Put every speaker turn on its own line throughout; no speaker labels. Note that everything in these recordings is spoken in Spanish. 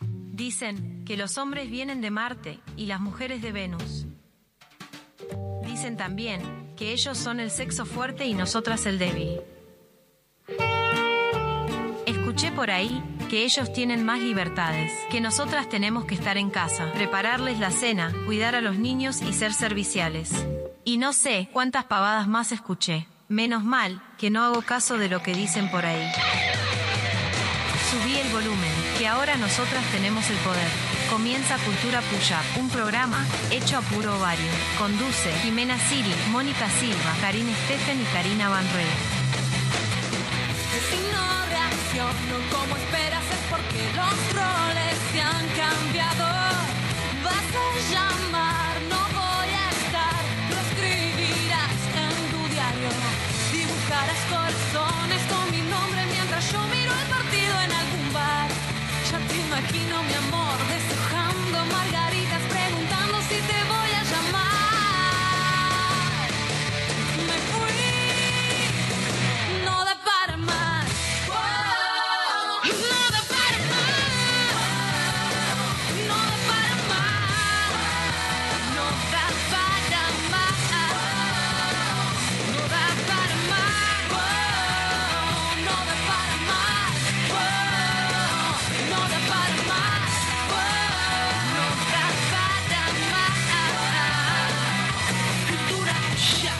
Dicen que los hombres vienen de Marte y las mujeres de Venus. Dicen también que ellos son el sexo fuerte y nosotras el débil. Escuché por ahí que ellos tienen más libertades, que nosotras tenemos que estar en casa, prepararles la cena, cuidar a los niños y ser serviciales. Y no sé cuántas pavadas más escuché. Menos mal que no hago caso de lo que dicen por ahí. Subí el volumen, que ahora nosotras tenemos el poder. Comienza Cultura Puya, un programa hecho a puro ovario. Conduce Jimena Siri, Mónica Silva, Karina Steffen y Karina Van Rey.
Si no reacciono como esperas es porque los roles se han cambiado. Vas a llamar, no voy a estar. Lo escribirás en tu diario. Dibujarás corazones con mi nombre mientras yo miro el partido en algún bar. Ya te imagino mi amor deshojando margaritas preguntando si te voy a llamar. Me fui. No da para más. No da para más. No da para más. No da para más. No da para más. No da para más. No da para más. No da para más. Cultura ya.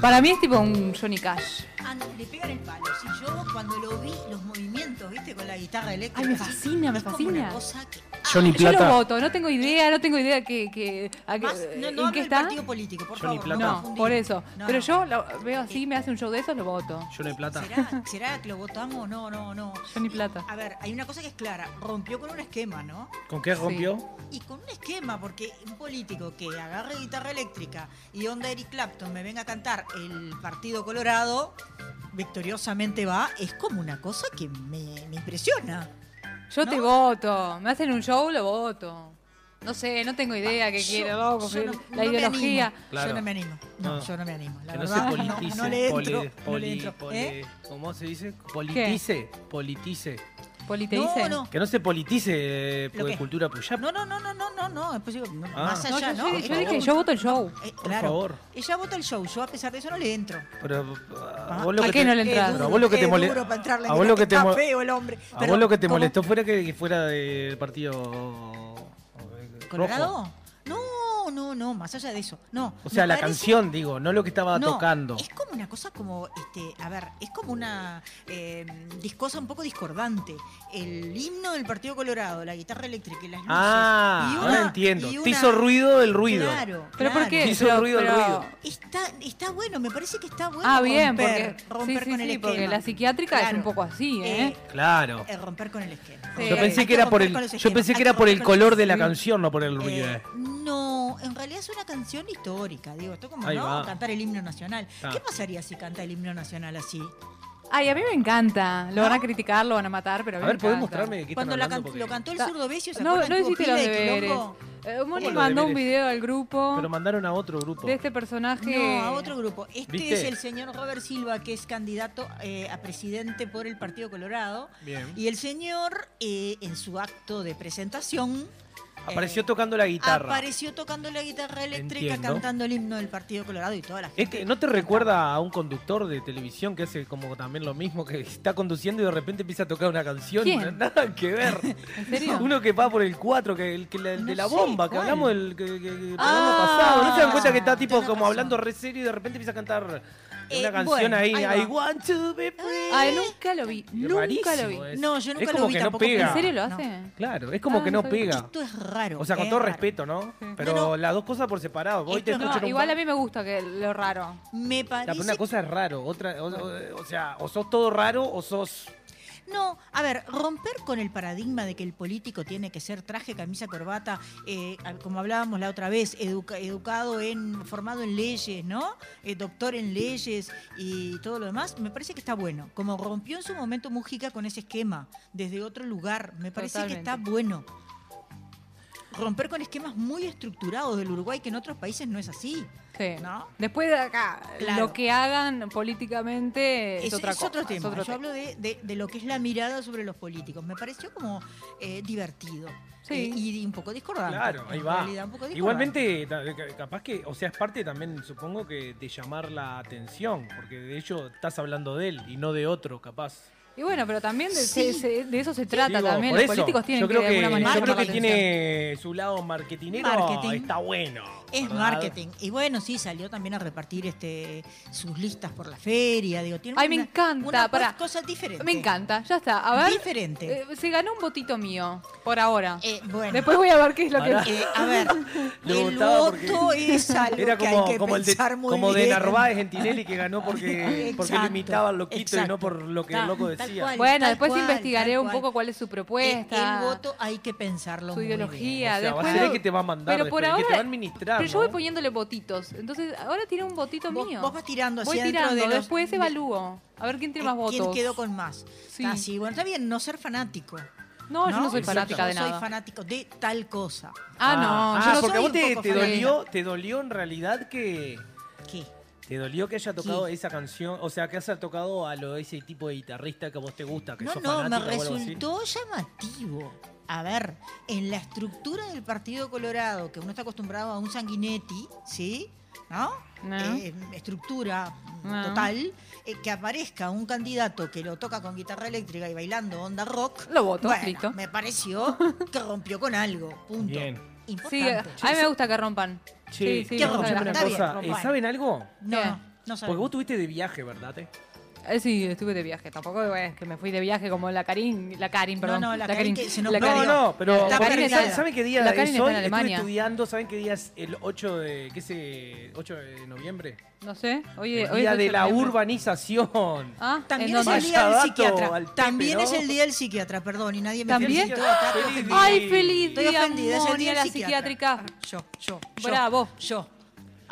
Para mí es tipo un Johnny Cash.
Ah, no, le pegan el palo. Si yo cuando lo vi, los movimientos, viste, con la guitarra eléctrica.
Ay, me fascina, me
es como
fascina.
una cosa que-
Johnny
Yo lo
Plata.
voto, no tengo idea, no tengo idea que, que, a qué-
Más- no, no
en qué
hablo del
está.
partido político, por
Johnny
favor.
Plata.
No,
No,
confundí.
por eso.
No,
Pero
no.
yo lo veo así, me hace un show de esos, lo voto.
Johnny Plata.
¿Será, será que lo votamos? No, no, no.
Johnny Plata.
A ver, hay una cosa que es clara. Rompió con un esquema, ¿no?
¿Con qué rompió?
Y con un esquema, porque un político que agarre guitarra eléctrica y onda Eric Clapton me venga a cantar el Partido Colorado, victoriosamente va, es como una cosa que me, me impresiona.
Yo
¿No?
te voto. Me hacen un show, lo voto. No sé, no tengo idea qué
Yo-
quiero. loco,
yo no-
la
no me
ideología.
animo.
Claro.
Yo no me animo. No,
No.
yo no me animo. La
Que no se
verdad,
politice.
no, no le
poli-
entro. no
poli-
le entro.
poli-
¿eh?
¿Cómo se dice? Politice. Politice.
Poli, te
No,
dicen.
no.
Que no se politice eh,
¿Lo
de
qué?
cultura puyap.
No, no, no, no, no, no, no. Es posible. no,
Ah.
Más
No,
allá,
yo,
¿no?
soy-
Es
yo
como-
dije, yo voto el show.
Eh, claro.
favor.
Ella vota el show. Yo, a pesar de eso, no le entro.
Pero ah,
Ah,
vos lo
¿a
que
qué
te-
no le entras?
Pero a
Es
vos lo que te
duro,
mole-
es duro para entrarle,
a vos
mirá
lo que te
está
mo-
feo el hombre.
a
Pero,
vos lo que te
¿cómo?
molestó fuera que, que fuera del partido eh, rojo.
¿Colorado? No, no, no. Más allá de eso. No.
O sea,
me
la
parece-
canción, digo, no lo que estaba
No,
tocando.
Es como una cosa como, este, a ver, es como una eh, dis- cosa un poco discordante. El himno del Partido Colorado, la guitarra eléctrica y las luces.
Ah,
y
ahora
una-
entiendo.
y
Te
una-
hizo ruido el ruido.
Claro,
¿Pero por
claro.
qué?
Hizo
Pero-
ruido el
pero-
ruido.
Está, está bueno, me parece que está bueno.
Ah, bien,
romper,
porque.
romper
sí, sí,
con el
sí,
esquema.
porque la psiquiátrica es
Claro.
un poco así, ¿eh?
Eh,
Claro.
eh, romper con el esquema.
Sí.
Yo pensé
Hay
que era por
romper
el,
con los
yo
esquemas,
pensé
hay
que era por el
romper con los
color de la
esquemas.
canción, no por el ruido.
Eh,
eh.
no, en realidad es una canción histórica, digo, esto como
Ahí
no
va.
cantar el himno nacional.
Ah.
¿Qué pasaría si canta el himno nacional así?
Ay, a mí me encanta. Lo van a criticar, lo van a matar, pero a
A
mí
ver,
me encanta.
¿podés
Ah,
mostrarme de qué
Cuando
están
la can-
hablando? Porque-
lo cantó el zurdo Besio, ¿se
No,
acuerdan
no
que hubo
hiciste los
pila de
deberes.
quilombo?
Eh, Moni
los
mandó un
deberes?
video al grupo
Pero mandaron a otro grupo.
de este personaje.
No, a otro grupo. Este
¿Viste?
es el señor Robert Silva, que es candidato eh, a presidente por el Partido Colorado.
Bien.
Y el señor, eh, en su acto de presentación,
Apareció
eh,
tocando la guitarra.
apareció tocando la guitarra eléctrica,
Entiendo.
cantando el himno del Partido Colorado y toda la gente.
Este, ¿No te recuerda a un conductor de televisión que hace como también lo mismo, que está conduciendo y de repente empieza a tocar una canción?
¿Quién?
Nada que ver.
¿En serio?
Uno que va por el 4, que, el, que la- el de
No
la
sé,
bomba, que
¿cuál?
hablamos del que, que- que programa
Ah,
pasado. ¿No se dan cuenta que está
tenés
tipo como
razón.
hablando re serio y de repente empieza a cantar
Eh,
una canción
bueno,
ahí?
ahí va. Ah,
I want to be free.
Ay, nunca lo vi.
Es
Nunca lo vi.
rarísimo eso.
No, yo nunca
es
lo
como
vi
que no
tampoco.
pega.
¿En serio lo
No.
hace?
Claro, es como
Ah,
que
no
no
sabía.
pega.
Esto es raro.
O
¿eh?
sea, con
es
todo
raro.
respeto, ¿no? Pero
No, no.
las dos cosas por separado. Vos hoy te
Esto no,
escuchan
No,
un
igual
pa-
a mí me gusta que lo raro.
Me
Ya, pero
parece
una cosa es raro, otra, o, o- o sea, o sos todo raro o sos
No, a ver, romper con el paradigma de que el político tiene que ser traje, camisa, corbata, eh, al- como hablábamos la otra vez, educa- educado en, formado en leyes, ¿no? Eh, doctor en leyes y todo lo demás, me parece que está bueno. Como rompió en su momento Mujica con ese esquema, desde otro lugar, me parece que
Totalmente.
está bueno. Romper con esquemas muy estructurados del Uruguay, que en otros países no es así.
Sí.
¿No?
Después de acá,
Claro.
lo que hagan políticamente es,
Es,
otra
es
cosa,
otro tema.
es otro
Yo hablo de, de- de lo que es la mirada sobre los políticos. Me pareció como eh, divertido.
Sí.
Eh, y un poco
Ah,
discordante.
Claro, ahí
En
va.
realidad, un poco discordante.
Igualmente, ta- eh, ca- capaz que, o sea, es parte también, supongo que, de llamar la atención, porque de hecho estás hablando de él y no de otro, capaz.
Y bueno, pero también de,
Sí.
se- se- de eso se trata
Digo,
también.
por
Los
eso,
políticos tienen
yo creo
que, de alguna manera
yo creo
llamar
que
la atención.
tiene su lado marketinero,
Marketing.
está bueno.
Es
¿verdad?
marketing. Y bueno, sí, salió también a repartir este sus listas por la feria. Digo, tiene
Ay, me
una-
encanta,
una
pará.
cosa diferente.
Me encanta, ya está. A ver.
Diferente.
eh, se ganó un votito mío, por ahora.
Eh, bueno.
Después voy a ver qué es lo que.
Pará.
Eh, a ver,
Le
el
gustaba
voto es algo
Era
que
como,
hay que
como el de,
pensar muy
como de
bien.
Narváez en Tinelli que ganó porque, porque lo
Exacto,
imitaba al loquito y no
exacto.
por lo que el
Tal-
loco
tal
decía.
cual.
Bueno,
tal
después
cual,
investigaré
tal
un poco
cuál.
cuál es su
Eh,
propuesta.
El voto hay que pensarlo
su
muy bien.
O
ideología.
sea, va a
después
ser
lo-
el que te va a mandar
Pero
después,
por
el que
ahora.
te va a administrar,
pero yo
¿no?
voy poniéndole votitos. Entonces, ahora tiene un votito
Vos,
mío.
vos vas tirando
voy
hacia
tirando,
dentro de los-
después
de-
evalúo. A ver quién tiene más votos.
Eh, ¿Quién quedó con más?
Sí.
Ah, sí, bueno, está bien no ser fanático.
No, yo no soy
Exacto.
fanática de
Yo soy
nada.
fanático de tal cosa.
Ah, no,
Ah,
yo no
porque a
soy
vos
un
te,
poco
te
fanática.
dolió, te dolió en realidad que.
¿Qué?
Te dolió que haya tocado
Sí.
esa canción, o sea, que haya tocado a lo ese tipo de guitarrista que a vos te gusta, que
No,
sos
no, me
fanática o algo así.
resultó llamativo. A ver, en la estructura del Partido Colorado, que uno está acostumbrado a un sanguinetti, ¿sí? ¿No?
No.
Eh, estructura
No.
total, eh, que aparezca un candidato que lo toca con guitarra eléctrica y bailando onda rock.
Lo voto,
bueno,
listo.
Me pareció que rompió con algo, punto.
Bien.
Sí, a
Importante.
mí me gusta que rompan.
Che,
Sí, sí,
no,
rompa,
escuchame
está
una
bien,
cosa,
rompa.
eh, ¿saben algo?
No,
¿Qué?
no, no
Porque
sabemos.
vos estuviste de viaje, ¿verdad? eh?
Eh, sí, estuve de viaje. Tampoco es que me fui de viaje como la Karin. La Karin, perdón.
no, la Karin que se nos
la
perdió.
No,
Karin.
no, pero
Está
ponele,
perdida.
¿saben, saben qué día
La
es
Karin está
hoy?
en
Estuve
Alemania.
estudiando, ¿saben qué día es el 8 de, qué sé, 8 de noviembre?
No sé. Hoy,
El
hoy
día
es
de la
septiembre.
urbanización.
Ah,
También
¿en
es
dónde?
el día
Vaya
del
dato al
psiquiatra.
Pepe,
También es
¿no?
el día del psiquiatra, perdón, y nadie me
¿También?
felicitó, está todo
Feliz
ofendido.
Ay, feliz
Estoy
día,
ofendida, es el día
Moni, a
del
la
psiquiatra.
psiquiátrica.
Yo, yo, yo.
Bravo.
Yo.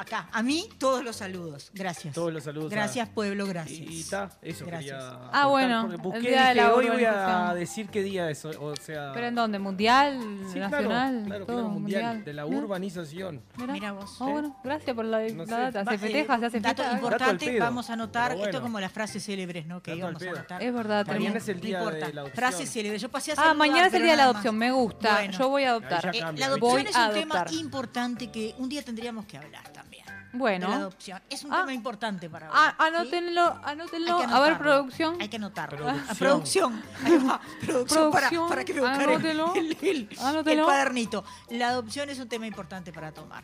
Acá, a mí todos los saludos. Gracias.
Todos los saludos a-
Gracias, pueblo, gracias.
Y está, eso
Gracias.
quería
Ah,
aportar,
bueno,
porque
el
busqué,
día de
dije,
la
hoy voy a
urbanización.
decir qué día es, o o sea...
¿Pero en dónde? ¿Mundial?
Sí, claro,
¿Nacional?
claro,
todo
claro, mundial,
mundial.
de la
Mirá,
urbanización.
mirá.
Mira vos.
Ah, bueno, gracias por la,
No
la
sé.
data.
Va,
Se
eh,
festeja, se hace
dato
fiesta.
import-
importante,
Dato al pedo.
vamos a anotar.
Pero bueno.
Esto es como las frases célebres, ¿no? Que
Dato al
íbamos a
pedo.
anotar.
Es verdad,
Está bien,
Mañana es el
no
día
importa.
de la adopción.
Frases célebres. Yo pasé a
Ah,
saludar,
mañana es el
pero
día de la
nada más.
adopción. Me gusta.
Bueno.
Yo voy a
Ahí
adoptar.
ya
Eh,
cambia,
la
¿viste?
adopción
Voy
es
a
un tema
adoptar.
importante que un día tendríamos que hablar también. De la
Bueno.
adopción. Es un
Ah.
tema importante para
Ah,
hablar. ¿sí?
anótenlo, anótenlo.
Hay que
A ver,
anotarlo.
producción.
Hay que anotarlo.
Producción.
Ah, Producción. Ahí va. Producción, para-
Producción,
Para, que me busquen
anótelo,
el, el-
anótelo.
el cuadernito. La adopción es un tema importante para tomar.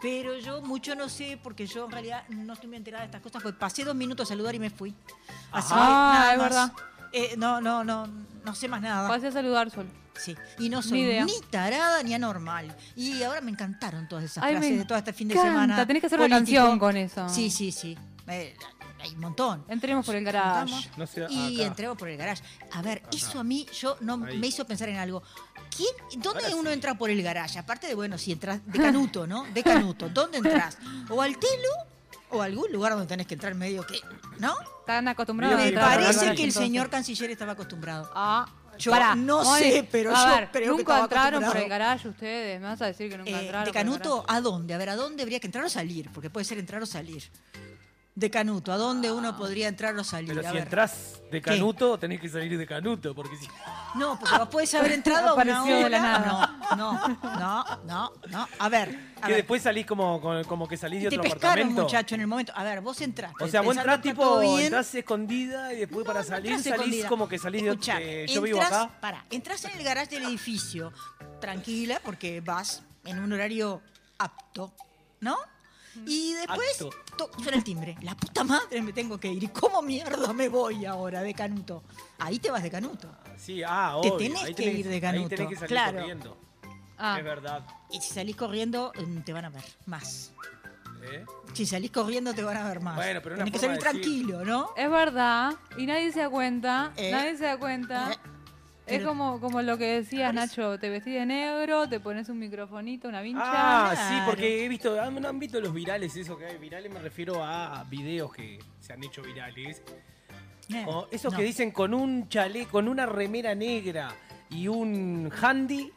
Pero yo mucho no sé, porque yo en realidad no estoy muy enterada de estas cosas, porque pasé dos minutos a saludar y me fui. Así que
Ajá.
nada
Ah, es
más.
verdad.
Eh, no, no, no, no sé más nada.
Pasé a saludar, Sol.
Sí. Y no soy
Ni idea.
ni, tarada ni anormal. Y ahora me encantaron todas esas
Ay, me
frases de todo este fin de
encanta.
semana.
Tenés que hacer una
político.
canción con eso.
Sí, sí, sí. Eh, hay un montón.
Entremos por el garage.
Juntamos
No sé,
y
acá.
entremos por el garage. A ver, eso a mí yo no
Ahí.
me hizo pensar en algo. ¿Quién, ¿Dónde
Ahora
uno entra por el garage? Aparte de, bueno, si entras de canuto, ¿no? De canuto. ¿Dónde entras? ¿O al telu? ¿O a algún lugar donde tenés que entrar medio que... ¿No?
Están acostumbrados
Me
a
Me
entrar por
entrar
el
parece
garage,
que el
entonces.
señor canciller estaba acostumbrado.
Ah,
Yo
pará.
no
Oye,
sé, pero
a
yo
ver,
creo que estaba
nunca entraron por
acostumbrado.
el garage ustedes. Me vas a decir que nunca
Eh,
entraron.
¿De
por el
canuto a dónde? A ver, ¿a dónde habría que entrar o salir? Porque puede ser entrar o salir. De canuto, ¿a dónde
Ah.
uno podría entrar o salir?
Pero
a
si
ver.
entras de canuto, tenés que salir de canuto, porque si...
No, porque vos podés haber entrado a una
Apareció de la
hora.
nada.
No, no, no, no, no. A ver, a
que
ver.
después salís como, como, como que salís de
te
otro
pescaron,
apartamento.
muchacho, en el momento. A ver, vos entras.
O sea, vos entras tipo,
Bien.
entras escondida y después para
No, no
salir
entras
salís
escondida.
como que salís
Escuchame,
de... eh, yo vivo
entras-
acá.
Pará, entras en el garage del edificio, tranquila, porque vas en un horario apto, ¿no? Y después
Apto.
to- suena el timbre. La puta madre me tengo que ir. ¿Y cómo mierda me voy ahora de Canuto? Ahí te vas de Canuto.
Sí, ah,
Te
obvio.
tenés
ahí
que ir de
Ahí
canuto,
tenés que salir
claro.
corriendo.
Ah,
Es verdad.
Y si salís corriendo, mm, te van a ver más.
¿eh?
Si salís corriendo te van a ver más.
Bueno, pero una
Tenés que
forma
salir
de decir-
tranquilo, ¿no?
Eh.
Es verdad. Y nadie se da cuenta.
Eh.
Nadie se da cuenta.
Eh.
Es
Pero-
como, como lo que decías,
Por
Nacho. Te vestís de negro, te pones un microfonito, una vincha.
Ah, sí,
claro.
porque he visto, ah, no han visto los virales, eso que hay virales, me refiero a videos que se han hecho virales.
Eh,
O esos
no.
que dicen con un chalé, con una remera negra y un handy,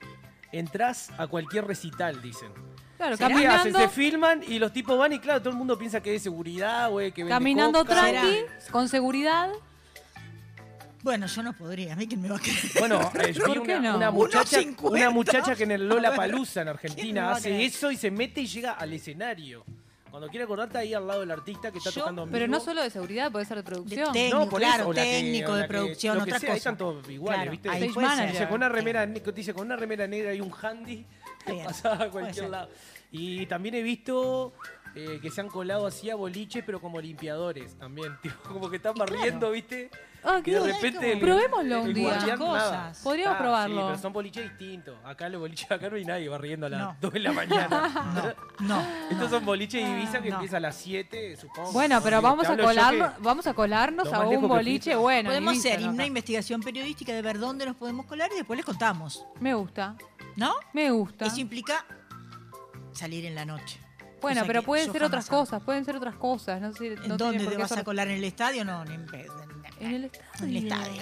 entras a cualquier recital, dicen.
Claro,
¿Qué hacen?
caminando,
Se filman y los tipos van y claro, todo el mundo piensa que es seguridad, güey, que vende
caminando
coca.
tranqui, con seguridad.
Bueno, yo no podría, a mí quién me va a creer.
Bueno, eh, yo vi
¿Por qué
una,
no?
una muchacha,
1.50.
una muchacha que en el Lola Palusa en Argentina
va a
hace
creer?
eso y se mete y llega al escenario. Cuando quiere acordarte ahí al lado del artista que está
Yo-
tocando en
Pero
vivo.
no solo de seguridad, puede ser de
De
producción.
técnico,
No, por eso,
claro,
o la que-
técnico
o la
de
que-
producción,
lo que
otra
sea, ahí
cosa.
están todos iguales,
Claro,
¿viste?
ahí
Stage
puede ser.
O sea,
manager.
con una remera, ne- dice, con una remera negra y un handy,
Está bien,
pasaba a
puede
cualquier
ser.
lado. Y también he visto eh, que se han colado así a boliches, pero como limpiadores también. tipo, como que están barriendo, ¿viste?
Ah,
Y
qué
de
bueno.
repente. el-
Probémoslo
el
un día.
guardián, nada.
Cosas.
Podríamos
Ah,
probarlo.
Sí, pero son boliches distintos. Acá los boliches, acá no hay nadie barriendo a las
No.
2 de la mañana.
No, Ah,
Estos son boliches de Ibiza que
No.
empieza a las 7, supongo.
Bueno,
¿no?
pero
Digo,
vamos
te
a,
hablo yo que-
colarnos, vamos a colarnos
Lo
a
más
un
lejos que
boliche
fuiste.
bueno.
podemos
en Ibiza,
hacer
no
una
acá.
investigación periodística de ver dónde nos podemos colar y después les contamos,
Me gusta,
¿no?
me gusta.
Eso implica salir en la noche.
Bueno,
cosa
pero
que
pueden
yo
ser
jamás
otras
hago.
cosas, pueden ser otras cosas. No, sé,
¿En
no
dónde
tiene por
te
qué
vas
ser-
a colar en el estadio? No, ni en pedo.
En el
En
estadio.
el estadio.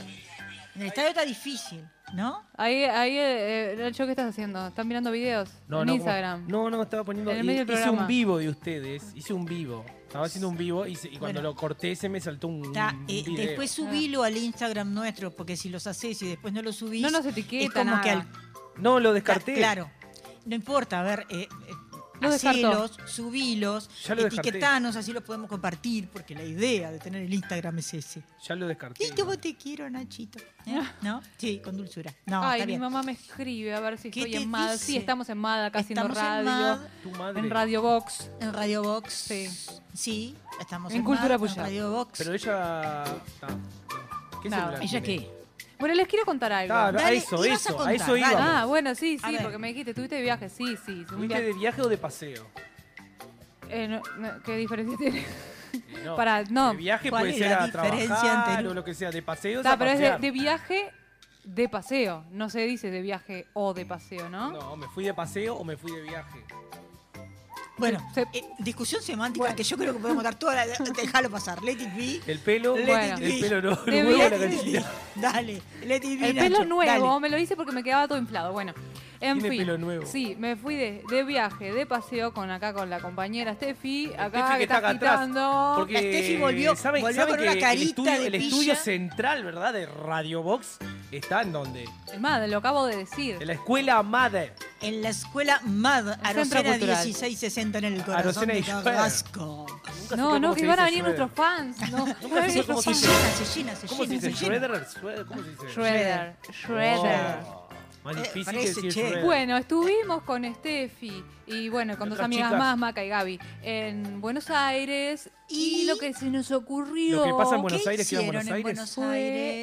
En el estadio está difícil, ¿no?
Ahí, ahí, eh, eh, Nacho, ¿qué estás haciendo? ¿Estás mirando videos?
No,
en
no,
Instagram.
como- no, no, estaba poniendo.
En el medio del
hice
programa.
un vivo de ustedes. Hice un vivo. Estaba haciendo un vivo y, se- y cuando
Bueno.
lo corté se me saltó un.
Está,
un
eh,
video. Ah.
después subilo al Instagram nuestro, porque si los haces y después no lo subís.
No nos
es
etiqueta
como
nada.
que al
No, lo descarté.
Claro. No importa, a ver, eh, eh,
Lo descartó.
hacelos, subilos,
Ya lo descarté.
etiquetanos, así lo podemos compartir, porque la idea de tener el Instagram es ese.
Ya lo descarté.
Y yo te quiero, Nachito. ¿eh? ¿No? Sí, con dulzura. No,
Ay,
está
mi
bien.
mamá me escribe a ver si
¿Qué
estoy
te
en MAD.
dice?
Sí, estamos en MAD acá
Estamos
haciendo
en
radio.
MAD,
Tu madre.
En, Radio Box.
en Radio Box.
Sí.
Sí, estamos
En
en,
Cultura
Mad, en
Puyar.
Radio Box.
Pero ella. está. ¿Qué
Nada.
celular
¿Ella
tiene?
qué?
Bueno, les quiero contar algo.
Claro, a
Dale,
eso,
ibas a
eso, a
contar,
eso
dale.
íbamos.
Ah, bueno, sí,
A
sí,
ver.
porque me dijiste, ¿tuviste de viaje? Sí, sí. un
¿Fuiste
viaje.
de viaje o de paseo?
Eh, no, no, ¿Qué diferencia tiene?
Eh, No.
Para- no.
De viaje
¿Cuál
puede
es
ser
la
a
diferencia
trabajar
entre-
o lo que sea. De paseo es
Está,
a
pero es de,
pasear.
de viaje de paseo. No se dice de viaje o de paseo, ¿no?
No, me fui de paseo o me fui de viaje.
Bueno,
Se-
eh, discusión semántica que yo creo que podemos dar toda la. Déjalo pasar. Let it be.
El pelo,
Let
Bueno.
it be.
el pelo no, no
De
huevo
viaje.
la cantidad.
Dale, let it be.
El pelo
Nacho,
nuevo,
dale.
me lo hice porque me quedaba todo inflado. Bueno, en
Tiene
fin.
pelo nuevo.
Sí, me fui de, de viaje, de paseo con acá con la compañera Steffi, acá
Steffi
que
está
está
acá atrás.
quitando.
Porque
La Steffi volvió-
¿saben,
volvió
saben
con una
que el
carita
estudio,
de
el estudio
pilla?
central, ¿verdad? De Radio Box está en donde?
Es más, lo acabo de decir.
En la escuela madre.
En la escuela MAD,
Centro
Arocena
Cultural.
1660 en el corazón
Arocena
de
y Schroeder.
Carrasco.
Nunca supe
No,
cómo
no,
se
que iban a
dice
venir nuestros
Schroeder.
fans. No,
Nunca supe cómo
Se
se dice.
llena, se llena, se
¿Cómo se
llena,
dice
se llena.
Schroeder? Schroeder, ¿Cómo se dice?
Shredder, Shredder.
Oh, más
Eh,
difícil que
parece,
decir
che.
Schroeder.
Bueno, estuvimos con Steffi y bueno, con dos
Otras
amigas
chicas.
más, Maca y Gaby, en Buenos Aires. Y,
Y-
lo que se nos ocurrió
Lo que pasa
¿Qué
en Buenos Aires queda
hicieron
en Buenos Aires.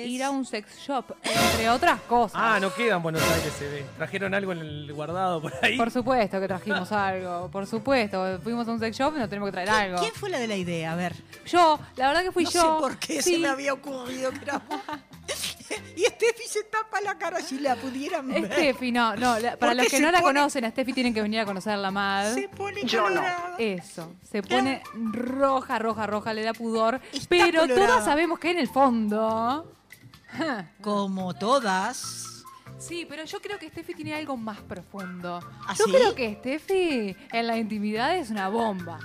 fue ir a un sex shop, entre otras cosas.
Ah, no queda en Buenos Aires, se ve. Trajeron algo en el guardado por ahí.
Por supuesto que trajimos algo, por supuesto. Fuimos a un sex shop y nos tenemos que traer algo.
¿Quién fue la de la idea? A ver.
Yo, la verdad que fui
no
yo.
sé por qué se
Sí,
me había ocurrido que era vos. Y Steffi se tapa la cara si la pudieran ver.
Steffi, no, no, la- para
¿Por
los
qué
que
se
no la
pone-
conocen, a Steffi tienen que venir a conocerla más.
Se pone Yo no.
Eso, se pone roja, roja, roja, le da pudor.
Está
pero
colorada.
todas sabemos que en el fondo.
Como todas.
Sí, pero yo creo que Steffi tiene algo más profundo.
¿Ah,
yo
sí?
creo que Steffi en la intimidad es una bomba.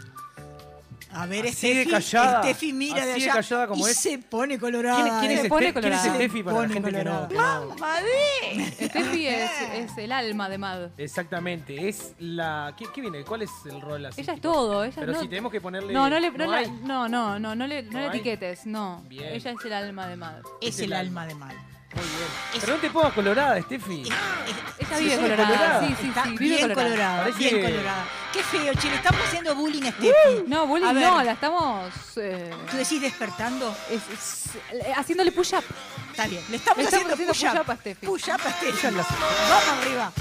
A ver,
Así de
Steffi,
callada.
Steffi mira de
Así de
allá
callada como
y
es.
se pone colorada.
¿Quién, quién es
Se
Ste-
pone
¿Quién es
colorada.
Steffi para la
Pone
gente que no,
colorada.
que no-
Steffi es, es el alma de Mad.
Exactamente, es la... ¿Qué, qué viene? ¿Cuál es el rol así?
Ella es
tipo?
todo, ella
Ah, Pero
no.
si tenemos que ponerle...
no, no le, no, la-
hay.
no, no, no, no le, no
No
le
hay.
etiquetes, no.
Bien.
Ella es el alma de Mad.
Es el alma de mal.
Muy bien.
Es-
Pero no te pongas colorada, Steffi.
Ella
Sí,
vive
sí,
colorada.
colorada.
sí, sí,
Está
sí, vive
bien
colorada.
colorada,
Parece-
bien colorada. Qué feo, che, le estamos haciendo bullying a
Uh,
Steffi.
No,
A
bullying
ver.
no, la estamos eh,
¿Tú decís despertando?
es- es- eh, haciéndole push up.
Está bien, le estamos,
Le estamos
haciendo
haciendo
push-up
push-up a Steffi.
Push-up a Steffi. Vamos arriba.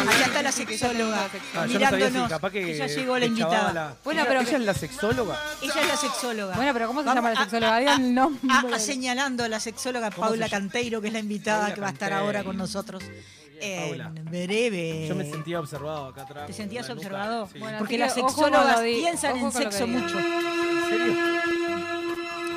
allá está la sexóloga.
Ah, yo no sabía si
mirándonos.
capaz que.
Ella llegó la
el chaval
invitada.
la-
Bueno,
ella,
pero
ella
que-
es la sexóloga.
Ella es la sexóloga.
Bueno, pero ¿cómo se
Vamos
llama
a-
la sexóloga? Diga el nombre.
a- a- señalando a la sexóloga
¿Cómo
Paula
se llama?
Canteiro, que es la invitada
Paula
que va a estar
Canteiro.
ahora con nosotros. En
Paula.
breve.
Ah, Yo me sentía observado acá atrás.
Eh. ¿Te
por
sentías
la nuca.
observado?
Sí.
Bueno,
Porque
así
las
que ojo con
sexólogas
lo di-
piensan
ojo
en
con lo que
sexo
digas.
mucho.
¿En serio?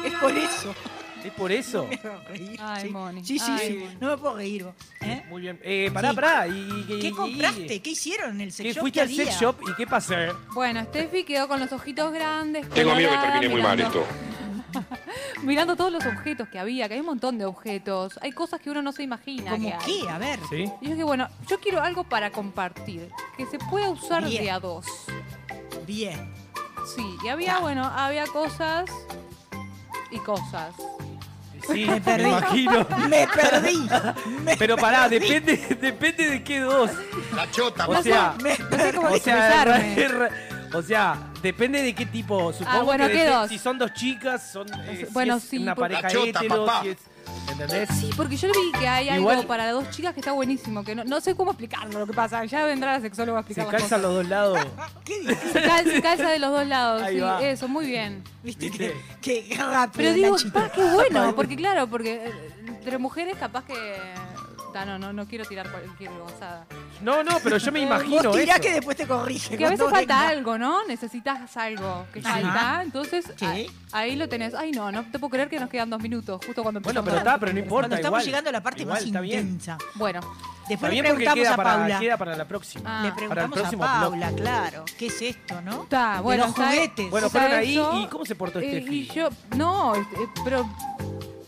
Es por eso.
¿Es por eso?
Reír,
Ay,
sí.
Moni.
Sí, sí,
Ay,
sí.
Moni.
No me puedo reír. vos. ¿Eh?
Muy bien. Eh, pará,
Sí.
pará. ¿Y, y-
¿Qué
y-
compraste? ¿Qué hicieron en el sex
¿Qué
shop?
fuiste
¿Qué
al sex
había?
shop y qué pasé?
Bueno, Steffi quedó con los ojitos grandes.
Tengo miedo que
colorada,
termine muy mal
mirando-
esto.
Mirando todos los objetos que había, que hay un montón de objetos. Hay cosas que uno no se imagina.
¿Cómo
que hay.
qué? A ver.
¿Sí?
Y yo dije, bueno, yo quiero algo para compartir, que se pueda usar
Bien.
de a dos.
Bien.
Sí, y había, bueno, había cosas y cosas.
Sí,
Me
me
perdí.
imagino.
Me perdí. Me
Pero pará,
perdí.
depende, depende de qué dos.
La chota,
O sea,
Me
No sé cómo
o sea,
expresarme.
ra- ra- o sea, depende de qué tipo. Supongo
bueno,
que
¿qué
depende-
dos?
si son Ah, dos chicas, son eh, si
Bueno,
es
sí,
una
porque-
pareja
La chota,
hetero,
papá.
si es- ¿entendés?
Sí, porque yo le vi que hay
Igual-
algo para dos chicas que está buenísimo, que no, no sé cómo explicarlo lo que pasa. Ya vendrá la sexóloga a
Se
explicar las
calzan
cosas.
los dos lados.
¿Qué dices?
Se cal- se calza de los dos lados,
Ahí
sí,
va.
eso, muy bien.
Viste
Viste.
que, que rápido.
Pero
la
digo,
chica.
pa, qué bueno, porque claro, porque eh, entre mujeres capaz que... Ah, no, no, no quiero tirar cualquier gozada.
No, no, pero yo me imagino
Eh, Vos tirá
eso.
que después te corrige.
Que a veces
cuando
falta
venga.
algo, ¿no? Necesitas algo que
Ajá.
falta, entonces
Sí.
ahí, ahí lo tenés. Ay, no, no te puedo creer que nos quedan dos minutos, justo cuando
Bueno,
empezamos.
pero está, pero no importa.
Cuando estamos
igual.
llegando a la parte
Igual,
más
está bien.
intensa.
Bueno,
Está
Después le
bien porque
preguntamos
queda
a
para,
Paula.
queda para la próxima.
Ah.
Le
para el
preguntamos a
próximo
Paula, claro. ¿Qué es esto, no?
está,
De
bueno.
los
está-
juguetes.
Bueno,
está
fueron ahí,
eso.
¿y cómo se portó
Eh,
Steffi?
Y yo, no, eh, pero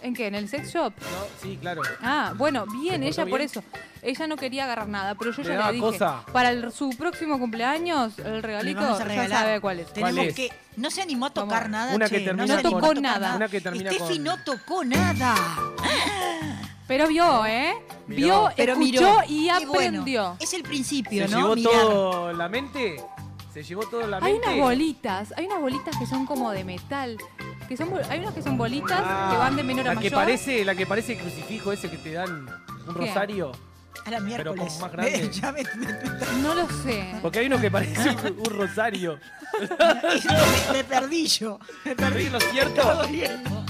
¿en qué? ¿En el sex shop?
¿no? Sí, claro.
Ah, bueno, bien,
portó
ella por
bien?
eso. Ella no quería agarrar nada, pero yo
Le
ya
daba
le dije,
cosa.
para el- su próximo cumpleaños, el
Le
regalito,
vamos a
ya
regalar.
sabe cuál es.
Tenemos
¿Cuál es?
que. No se animó a tocar
Vamos.
nada.
Una que
che,
termina
no, se animó a
con-
tocar
No tocó nada.
Una que termina
Steffi
con-
no tocó nada.
Pero vio, ¿eh?
Miró.
Vio,
Pero
escuchó
miró.
y
Qué bueno.
aprendió.
Es el principio,
¿Se
¿no?
llevó
Mirar.
todo la mente? ¿Se llevó todo la
Hay
mente?
unas bolitas, hay unas bolitas que son como de metal. Que son, bol- hay unas que son bolitas
Ah,
que van de menor a
la que
mayor.
parece La que parece el crucifijo ese que te dan un
¿Qué?
rosario.
A la miércoles.
como más grande.
Ya me- me-
No lo sé.
Porque hay uno que parece un, un rosario.
me- me perdí yo. Me
¿Sí,
perdí.
¿No es cierto?
Estaba viendo.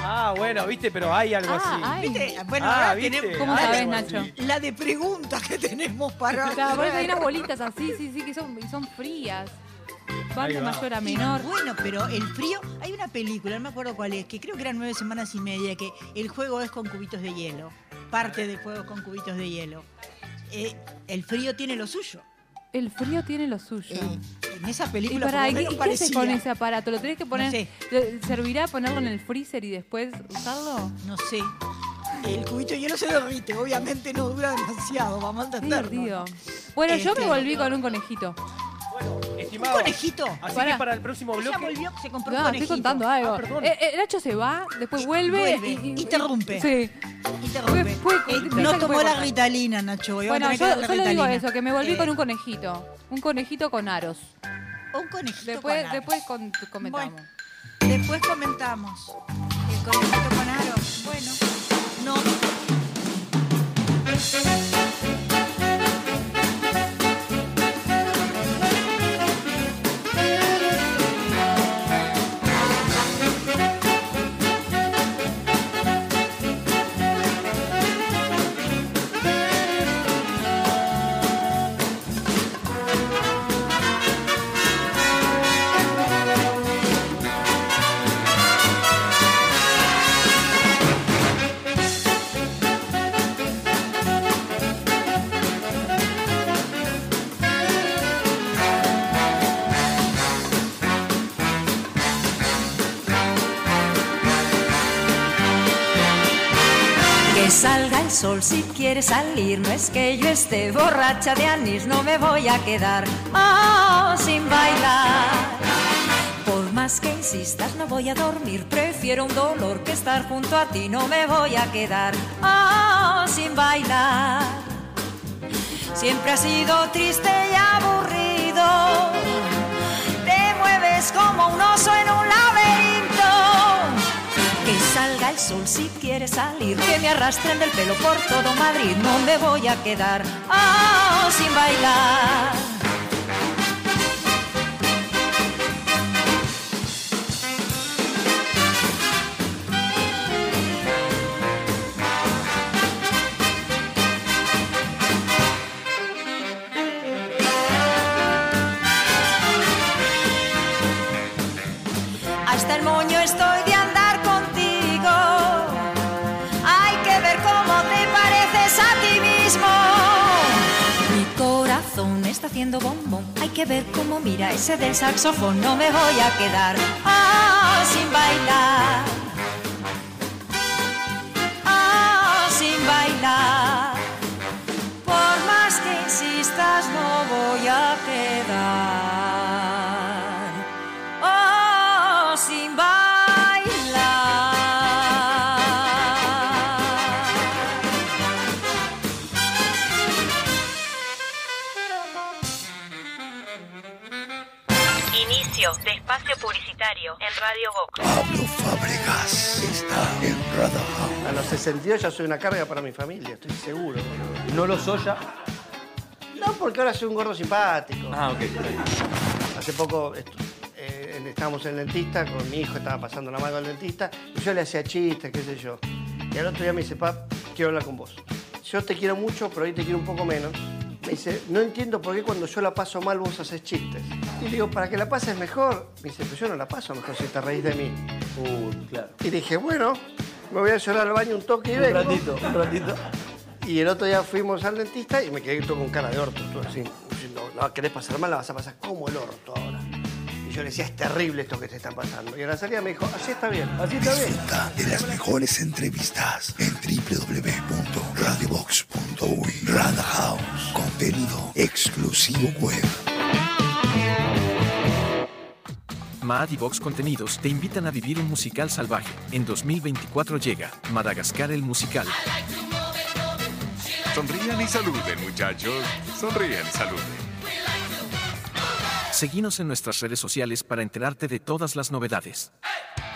Ah, bueno, viste, pero hay algo así.
Ah, ay.
¿Viste? Bueno,
ah,
ahora
¿viste?
tenemos
¿Cómo
Hay
sabés,
algo
Nacho?
así.
la de preguntas que tenemos para.
O sea, por eso hay unas bolitas así, sí, sí, que son, y son frías. Van
Ahí
de
va.
mayor a
Y
menor.
Bueno, pero el frío. Hay una película, no me acuerdo cuál es, que creo que eran nueve semanas y media, que el juego es con cubitos de hielo. Parte del juego es con cubitos de hielo. Eh, el frío tiene lo suyo.
El frío tiene lo suyo.
Eh, en esa
Y
película por
para,
lo
¿qué,
menos
qué haces con
parecía.
ese aparato? ¿Lo tenés que poner?
No sé.
¿le- ¿Servirá ponerlo en el freezer y después usarlo?
No sé. El cubito de hielo se derrite, obviamente no dura demasiado, vamos a
Qué
tratar.
divertido. Bueno, yo
Este-
me volví con un conejito.
Bueno, estimado.
Un conejito.
Así
Pará.
que para el próximo
Ella
bloque.
volvió, se compró un
No, estoy
conejito.
contando algo.
Ah, perdón.
Eh, eh, Nacho se va, después
Y-
vuelve,
vuelve, interrumpe.
Sí.
Interrumpe.
Fue- fue-
Eh,
dice
no
que
tomó
fue-
la ritalina, Nacho. hoy va a
Bueno,
tener que
yo
dar la
solo digo
Ritalina.
eso, que me volví
Eh,
con un conejito. Un conejito con aros.
un conejito
Después,
con aros.
después con- comentamos.
Bueno, después comentamos. El conejito con aros. Bueno, no.
Que salga el sol si quiere salir, no es que yo esté borracha de anís, no me voy a quedar oh, sin bailar. Por más que insistas, no voy a dormir, prefiero un dolor que estar junto a ti, no me voy a quedar oh, sin bailar. Siempre has sido triste y aburrido, te mueves como un oso en un laberinto. Que salga el sol si quiere salir, que me arrastren del pelo por todo Madrid, no me voy a quedar ah, quedo sin bailar. Hasta el moño estoy de andar contigo. Hay que ver cómo te pareces a ti mismo. Mi corazón está haciendo bombón. Hay que ver cómo mira ese del saxofón. No me voy a quedar ah, sin bailar. Ah, sin bailar. Por más que insistas, no voy a quedar. Oh, sin bailar.
Inicio de espacio publicitario en Radio Vox.
Pablo Fábregas está en Radar House.
A los 62 ya soy una carga para mi familia, estoy seguro. boludo.
¿No lo soy ya?
No, porque ahora soy un gordo simpático.
Ah, ok. está bien.
Hace poco est- eh, estábamos en el dentista, con mi hijo estaba pasando la mano al dentista, y yo le hacía chistes, qué sé yo. Y al otro día me dice, pap, quiero hablar con vos. Yo te quiero mucho, pero hoy te quiero un poco menos. Me dice, no entiendo por qué cuando yo la paso mal vos haces chistes. Y le digo, para que la pases mejor. Me dice, pero yo no la paso mejor si te reís de mí.
Uh, claro.
Y dije, bueno, me voy a llorar al baño un toque y
Un
vengo.
ratito, un ratito.
Y el otro día fuimos al dentista y me quedé todo con cara de orto. Todo así, diciendo, no, querés pasar mal, la vas a pasar como el orto ahora. Y yo le decía, es terrible esto que te está pasando. Y a la salida me dijo, así está bien, así está bien.
Disfruta de las mejores entrevistas en www.radiobox.uy. Radar House. Contenido exclusivo web.
Mad y Vox Contenidos te invitan a vivir un musical salvaje. En 2024 llega Madagascar el musical.
Sonrían y saluden, muchachos. Sonrían y saluden.
Seguinos en nuestras redes sociales para enterarte de todas las novedades.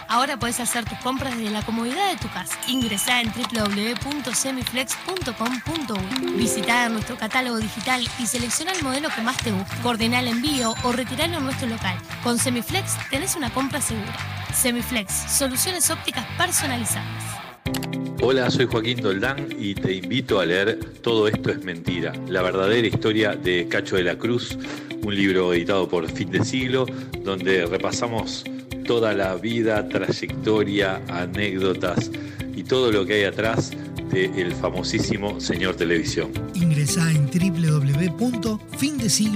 Ahora puedes hacer tus compras desde la comodidad de tu casa. Ingresá en www.semiflex.com.uy. Visitá e. nuestro catálogo digital y selecciona el modelo que más te guste. Coordina el envío o retiralo en nuestro local. Con Semiflex tenés una compra segura. Semiflex, soluciones ópticas personalizadas.
Hola, soy Joaquín Doldán y te invito a leer Todo esto es mentira, la verdadera historia de Cacho de la Cruz, un libro editado por Fin de Siglo, donde repasamos toda la vida, trayectoria, anécdotas y todo lo que hay atrás del famosísimo señor televisión.
Ingresá en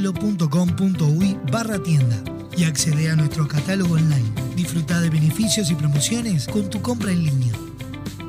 www.findesiglo.com.uy barra tienda y accede a nuestro catálogo online. Disfruta de beneficios y promociones con tu compra en línea.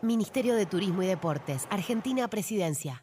Ministerio de Turismo y Deportes, Argentina Presidencia.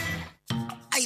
Hay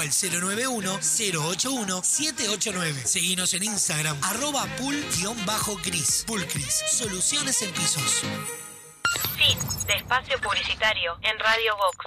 al 091-081-789. Seguinos en Instagram, arroba pul-cris. Pulcris, soluciones en pisos.
Fin de espacio publicitario en Radio Vox.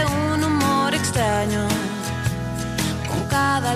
un humor extraño con cada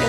Yo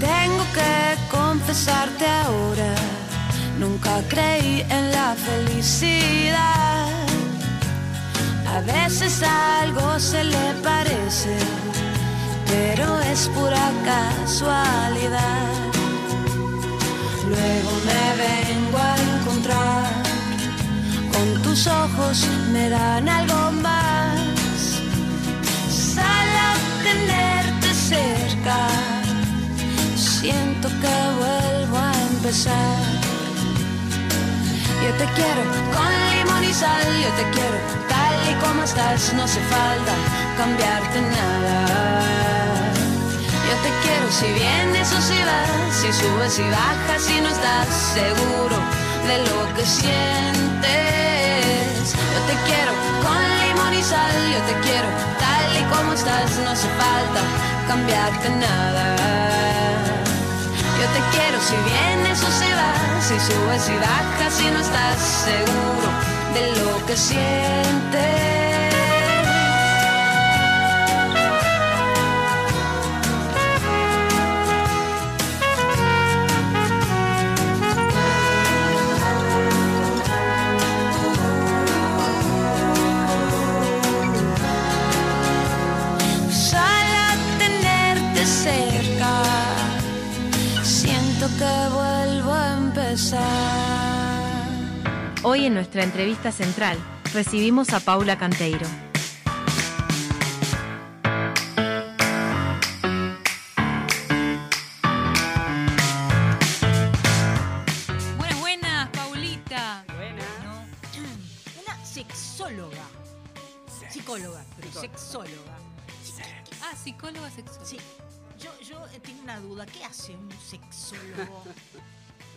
Tengo que confesarte ahora, nunca creí en la felicidad. A veces algo se le parece, pero es pura casualidad. Luego me vengo a encontrar, con tus ojos me dan algo más. Solo tenerte cerca siento que vuelvo a empezar. Yo te quiero con limón y sal, yo te quiero tal y como estás, no hace falta cambiarte nada. Yo te quiero si vienes o si vas, si subes y bajas, si no estás seguro de lo que sientes. Yo te quiero con limón y sal, yo te quiero tal y como estás, no hace falta cambiarte nada. Yo te quiero si vienes o si vas, si subes y bajas, si no estás seguro de lo que sientes. Solo tenerte cerca, siento que vuelvo a empezar.
Hoy en nuestra entrevista central recibimos a Paula Canteiro.
Buenas, buenas, Paulita.
Una sexóloga. Psicóloga, pero sexóloga.
Ah, psicóloga sexóloga.
Sí. Yo, yo eh, tengo una duda. ¿Qué hace un sexólogo?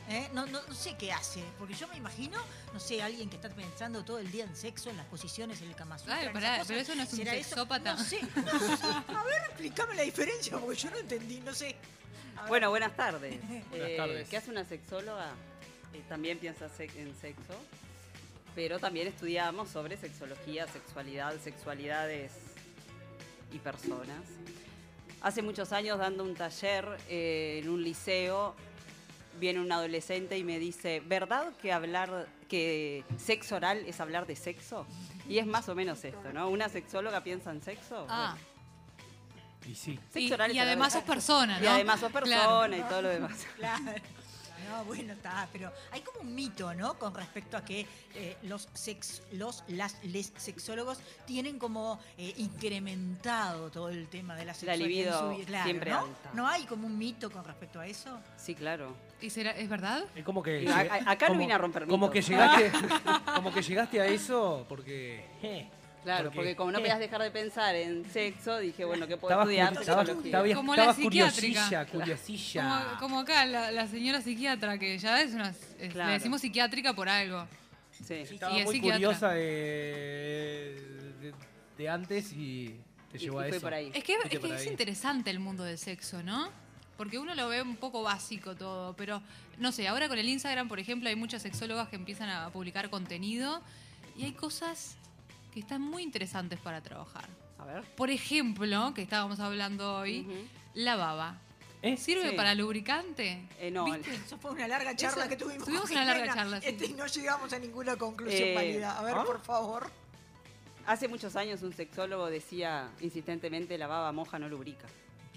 Eh, No, no, no sé qué hace, porque yo me imagino, no sé, alguien que está pensando todo el día en sexo, en las posiciones, en el Kama Sutra,
Ay,
en
pará,
esas
pero
cosas.
eso no es un
¿Será eso?
sexópata.
No sé, no sé. A ver, explícame la diferencia, porque yo no entendí, no sé. A ver.
Bueno, buenas tardes. Eh,
Buenas tardes.
¿Qué hace una sexóloga? Eh, también piensa sex- en sexo, pero también estudiamos sobre sexología, sexualidad, sexualidades y personas. Hace muchos años dando un taller eh, en un liceo, viene un adolescente y me dice, ¿verdad que hablar que sexo oral es hablar de sexo? Y es más o menos esto, ¿no? ¿Una sexóloga piensa en sexo?
Ah.
Y sí.
Sexo
Y-
oral
y
es hablar
además
de
sos
sexo.
persona,
Y
¿no?
además sos persona
Claro.
y todo lo demás.
Claro. No, bueno, está, pero hay como un mito, ¿no? Con respecto a que eh, los sex, los, las, les sexólogos tienen como eh, incrementado todo el tema de la sexualidad. en
libido
su vida. Claro,
siempre
¿no?
alta.
¿No hay como un mito con respecto a eso?
Sí, claro.
¿Y será, es verdad?
Es como que.
Y a-
llega-
a- acá no
como-
vine a romper
Como
mitos.
que llegaste, como que llegaste a eso porque. eh,
Claro, porque, como no
eh,
podías dejar de pensar en sexo, dije, bueno, ¿qué puedo
Estabas,
estudiar?
curi- estabas-
Sexología.
estabas-
Como la
estabas
psiquiátrica.
curiosilla,
Claro.
curiosilla.
Como, como acá, la, la señora psiquiatra, que ya es una. es-
Claro.
Le decimos psiquiátrica por algo.
Sí.
Estaba
y es
muy
psiquiatra.
curiosa de, de, de antes y te
Y-
llevó
y
a
fue
eso.
por ahí.
Es que,
Fuiste
es, que
por
es
ahí.
interesante el mundo del sexo, ¿no? Porque uno lo ve un poco básico todo, pero no sé, ahora con el Instagram, por ejemplo, hay muchas sexólogas que empiezan a publicar contenido y hay cosas que están muy interesantes para trabajar.
A ver.
Por ejemplo, que estábamos hablando hoy, la baba. ¿Sirve
Eh, Sí. Eh,
para lubricante?
no,
¿Viste?
Eso fue una larga charla
Eso-
que tuvimos.
Tuvimos
con
una larga
Jimena.
charla. sí.
Este, y no llegamos a ninguna conclusión
Eh,
válida. A ver,
¿ah?
por favor.
Hace muchos años un sexólogo decía insistentemente la baba moja no lubrica.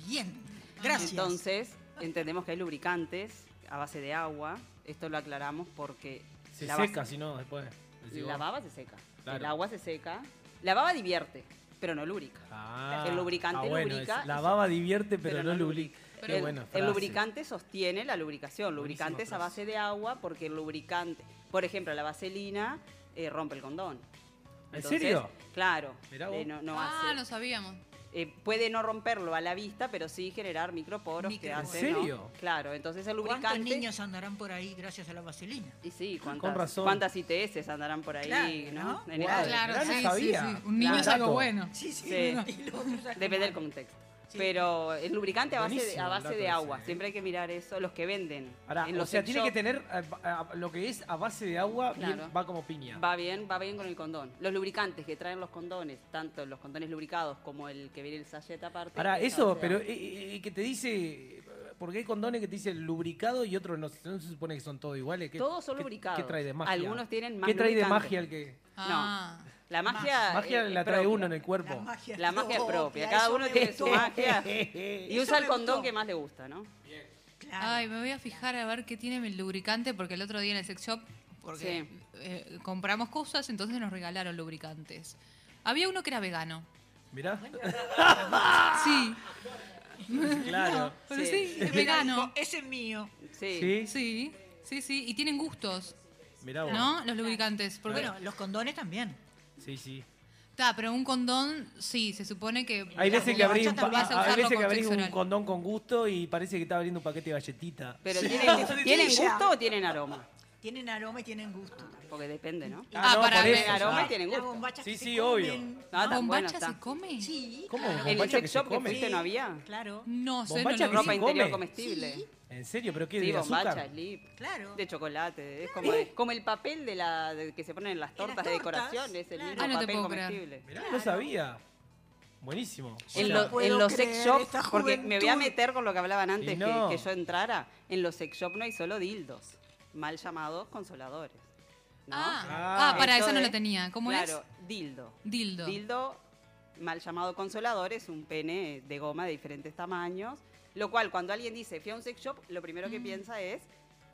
Bien, gracias.
Entonces, entendemos que hay lubricantes a base de agua. Esto lo aclaramos porque
Se
la
seca,
base-
si no, después. decís
la
vos.
baba se seca.
Claro.
El agua se seca. La baba divierte, pero no lubrica.
Ah,
el lubricante
ah, bueno,
lubrica.
es- la
y-
baba divierte, pero,
pero
no,
no
lubrica. Qué
el,
buena
el
frase.
lubricante sostiene la lubricación. Lubricante es a
frase.
base de agua porque el lubricante, por ejemplo, la vaselina eh, rompe el condón.
¿En serio?
Claro.
Mirá vos.
eh, no, no
ah,
hace-
no sabíamos.
eh, puede no romperlo a la vista, pero sí generar microporos que
Microporos.
hacen.
¿En
¿no?
serio?
Claro, entonces el
¿Cuántos
lubricante.
niños andarán por ahí gracias a la vaselina?
Y sí, cuántas,
Con razón.
cuántas ITS andarán por ahí,
Claro,
¿no?
¿no?
En
Guau,
esta-
Claro, ya no sí, sabía. sí, sí. Un niño es Dato. algo bueno.
Sí, sí.
Sí.
no, y lo otro es algo
Depende del
malo.
contexto. Pero el lubricante a base, de,
Buenísimo
a
el
base
dato
de
ese,
agua.
¿eh?
Siempre hay que mirar eso. Los que venden.
Pará,
en
o
los
sea,
sex
tiene que
shops.
tener eh, a- a- lo que es a base de agua, bien,
Claro.
va como piña.
Va bien, va bien con el condón. Los lubricantes que traen los condones, tanto los condones lubricados como el que viene el sachet aparte.
Ahora,
es a
eso,
base de
pero
agua.
eh, eh, eh, que te dice, porque hay condones que te dicen lubricado y otros no, no se supone eh, que son todos iguales. ¿Qué-
Todos son
qué-
lubricados.
¿Qué trae de magia?
Algunos tienen más
¿Qué trae de
lubricante. eh,
magia el que...?
Ah.
No. La magia.
magia
es-
la
es
trae
propia.
uno en el cuerpo.
La magia,
La magia es propia.
propia,
Cada
eso
uno
me
tiene su
gustó.
magia. Y
Eso
usa el
me
condón
gustó.
que más le gusta, ¿no?
Ay, me voy a fijar a ver qué tiene el lubricante porque el otro día en el sex shop porque
Sí.
eh, compramos cosas, entonces nos regalaron lubricantes. Había uno que era vegano.
Mirá,
Sí,
claro.
pero
Sí.
sí, es
Mira,
vegano.
dijo, Ese es mío.
Sí.
¿Sí?
Sí, sí, sí, y tienen gustos,
Mirá vos.
¿no? Los lubricantes. Porque,
Bueno, los condones también.
Sí, sí.
Ta, pero un condón, sí, se supone que.
Hay veces que abrís, un,
vas a
pa- hay
usarlo
veces que abrís un
confeccional.
condón con gusto y parece que está abriendo un paquete de galletita.
Pero
Sí.
¿tienen, ¿tienen
Sí, ya.
gusto o tienen aroma?
Tienen aroma y tienen gusto.
Porque depende, ¿no?
Ah,
no,
para
por
ver.
eso,
Aroma
ya.
y tienen
Las
gusto.
bombachas
Sí,
que se
sí, obvio.
comen.
Ah, tan bueno
¿Bombacha
está.
se come?
Sí.
¿Cómo?
claro.
¿En el
¿Bombacha que
sex
se
shop que
come?
fuiste no había?
Claro,
No sé, no
Bombacha
lo
que
vi.
Ropa
se
interior
come?
comestible. Sí,
¿En serio? ¿Pero qué? ¿De
bombacha,
azúcar?
slip.
claro.
De chocolate, de- es como, como el papel de la de- que se ponen en las
las
tortas, de
tortas,
decoración, es el
claro.
mismo
Ah, no te
papel
puedo creer.
comestible.
Mirá, no sabía. Buenísimo.
Sí,
O
En,
sea,
lo-
puedo
en los
creer
sex shops,
esta
porque me voy a
juventud.
meter con lo que hablaban antes
Y no.
que, que yo entrara, en los sex shops no hay solo dildos, mal llamados consoladores. ¿no?
Ah, ah, para
Esto
eso no
de-
lo tenía. ¿Cómo
claro,
es?
dildo.
Dildo.
Dildo, mal llamado consolador, es un pene de goma de diferentes tamaños, lo cual cuando alguien dice fui a un sex shop, lo primero
Mm.
que piensa es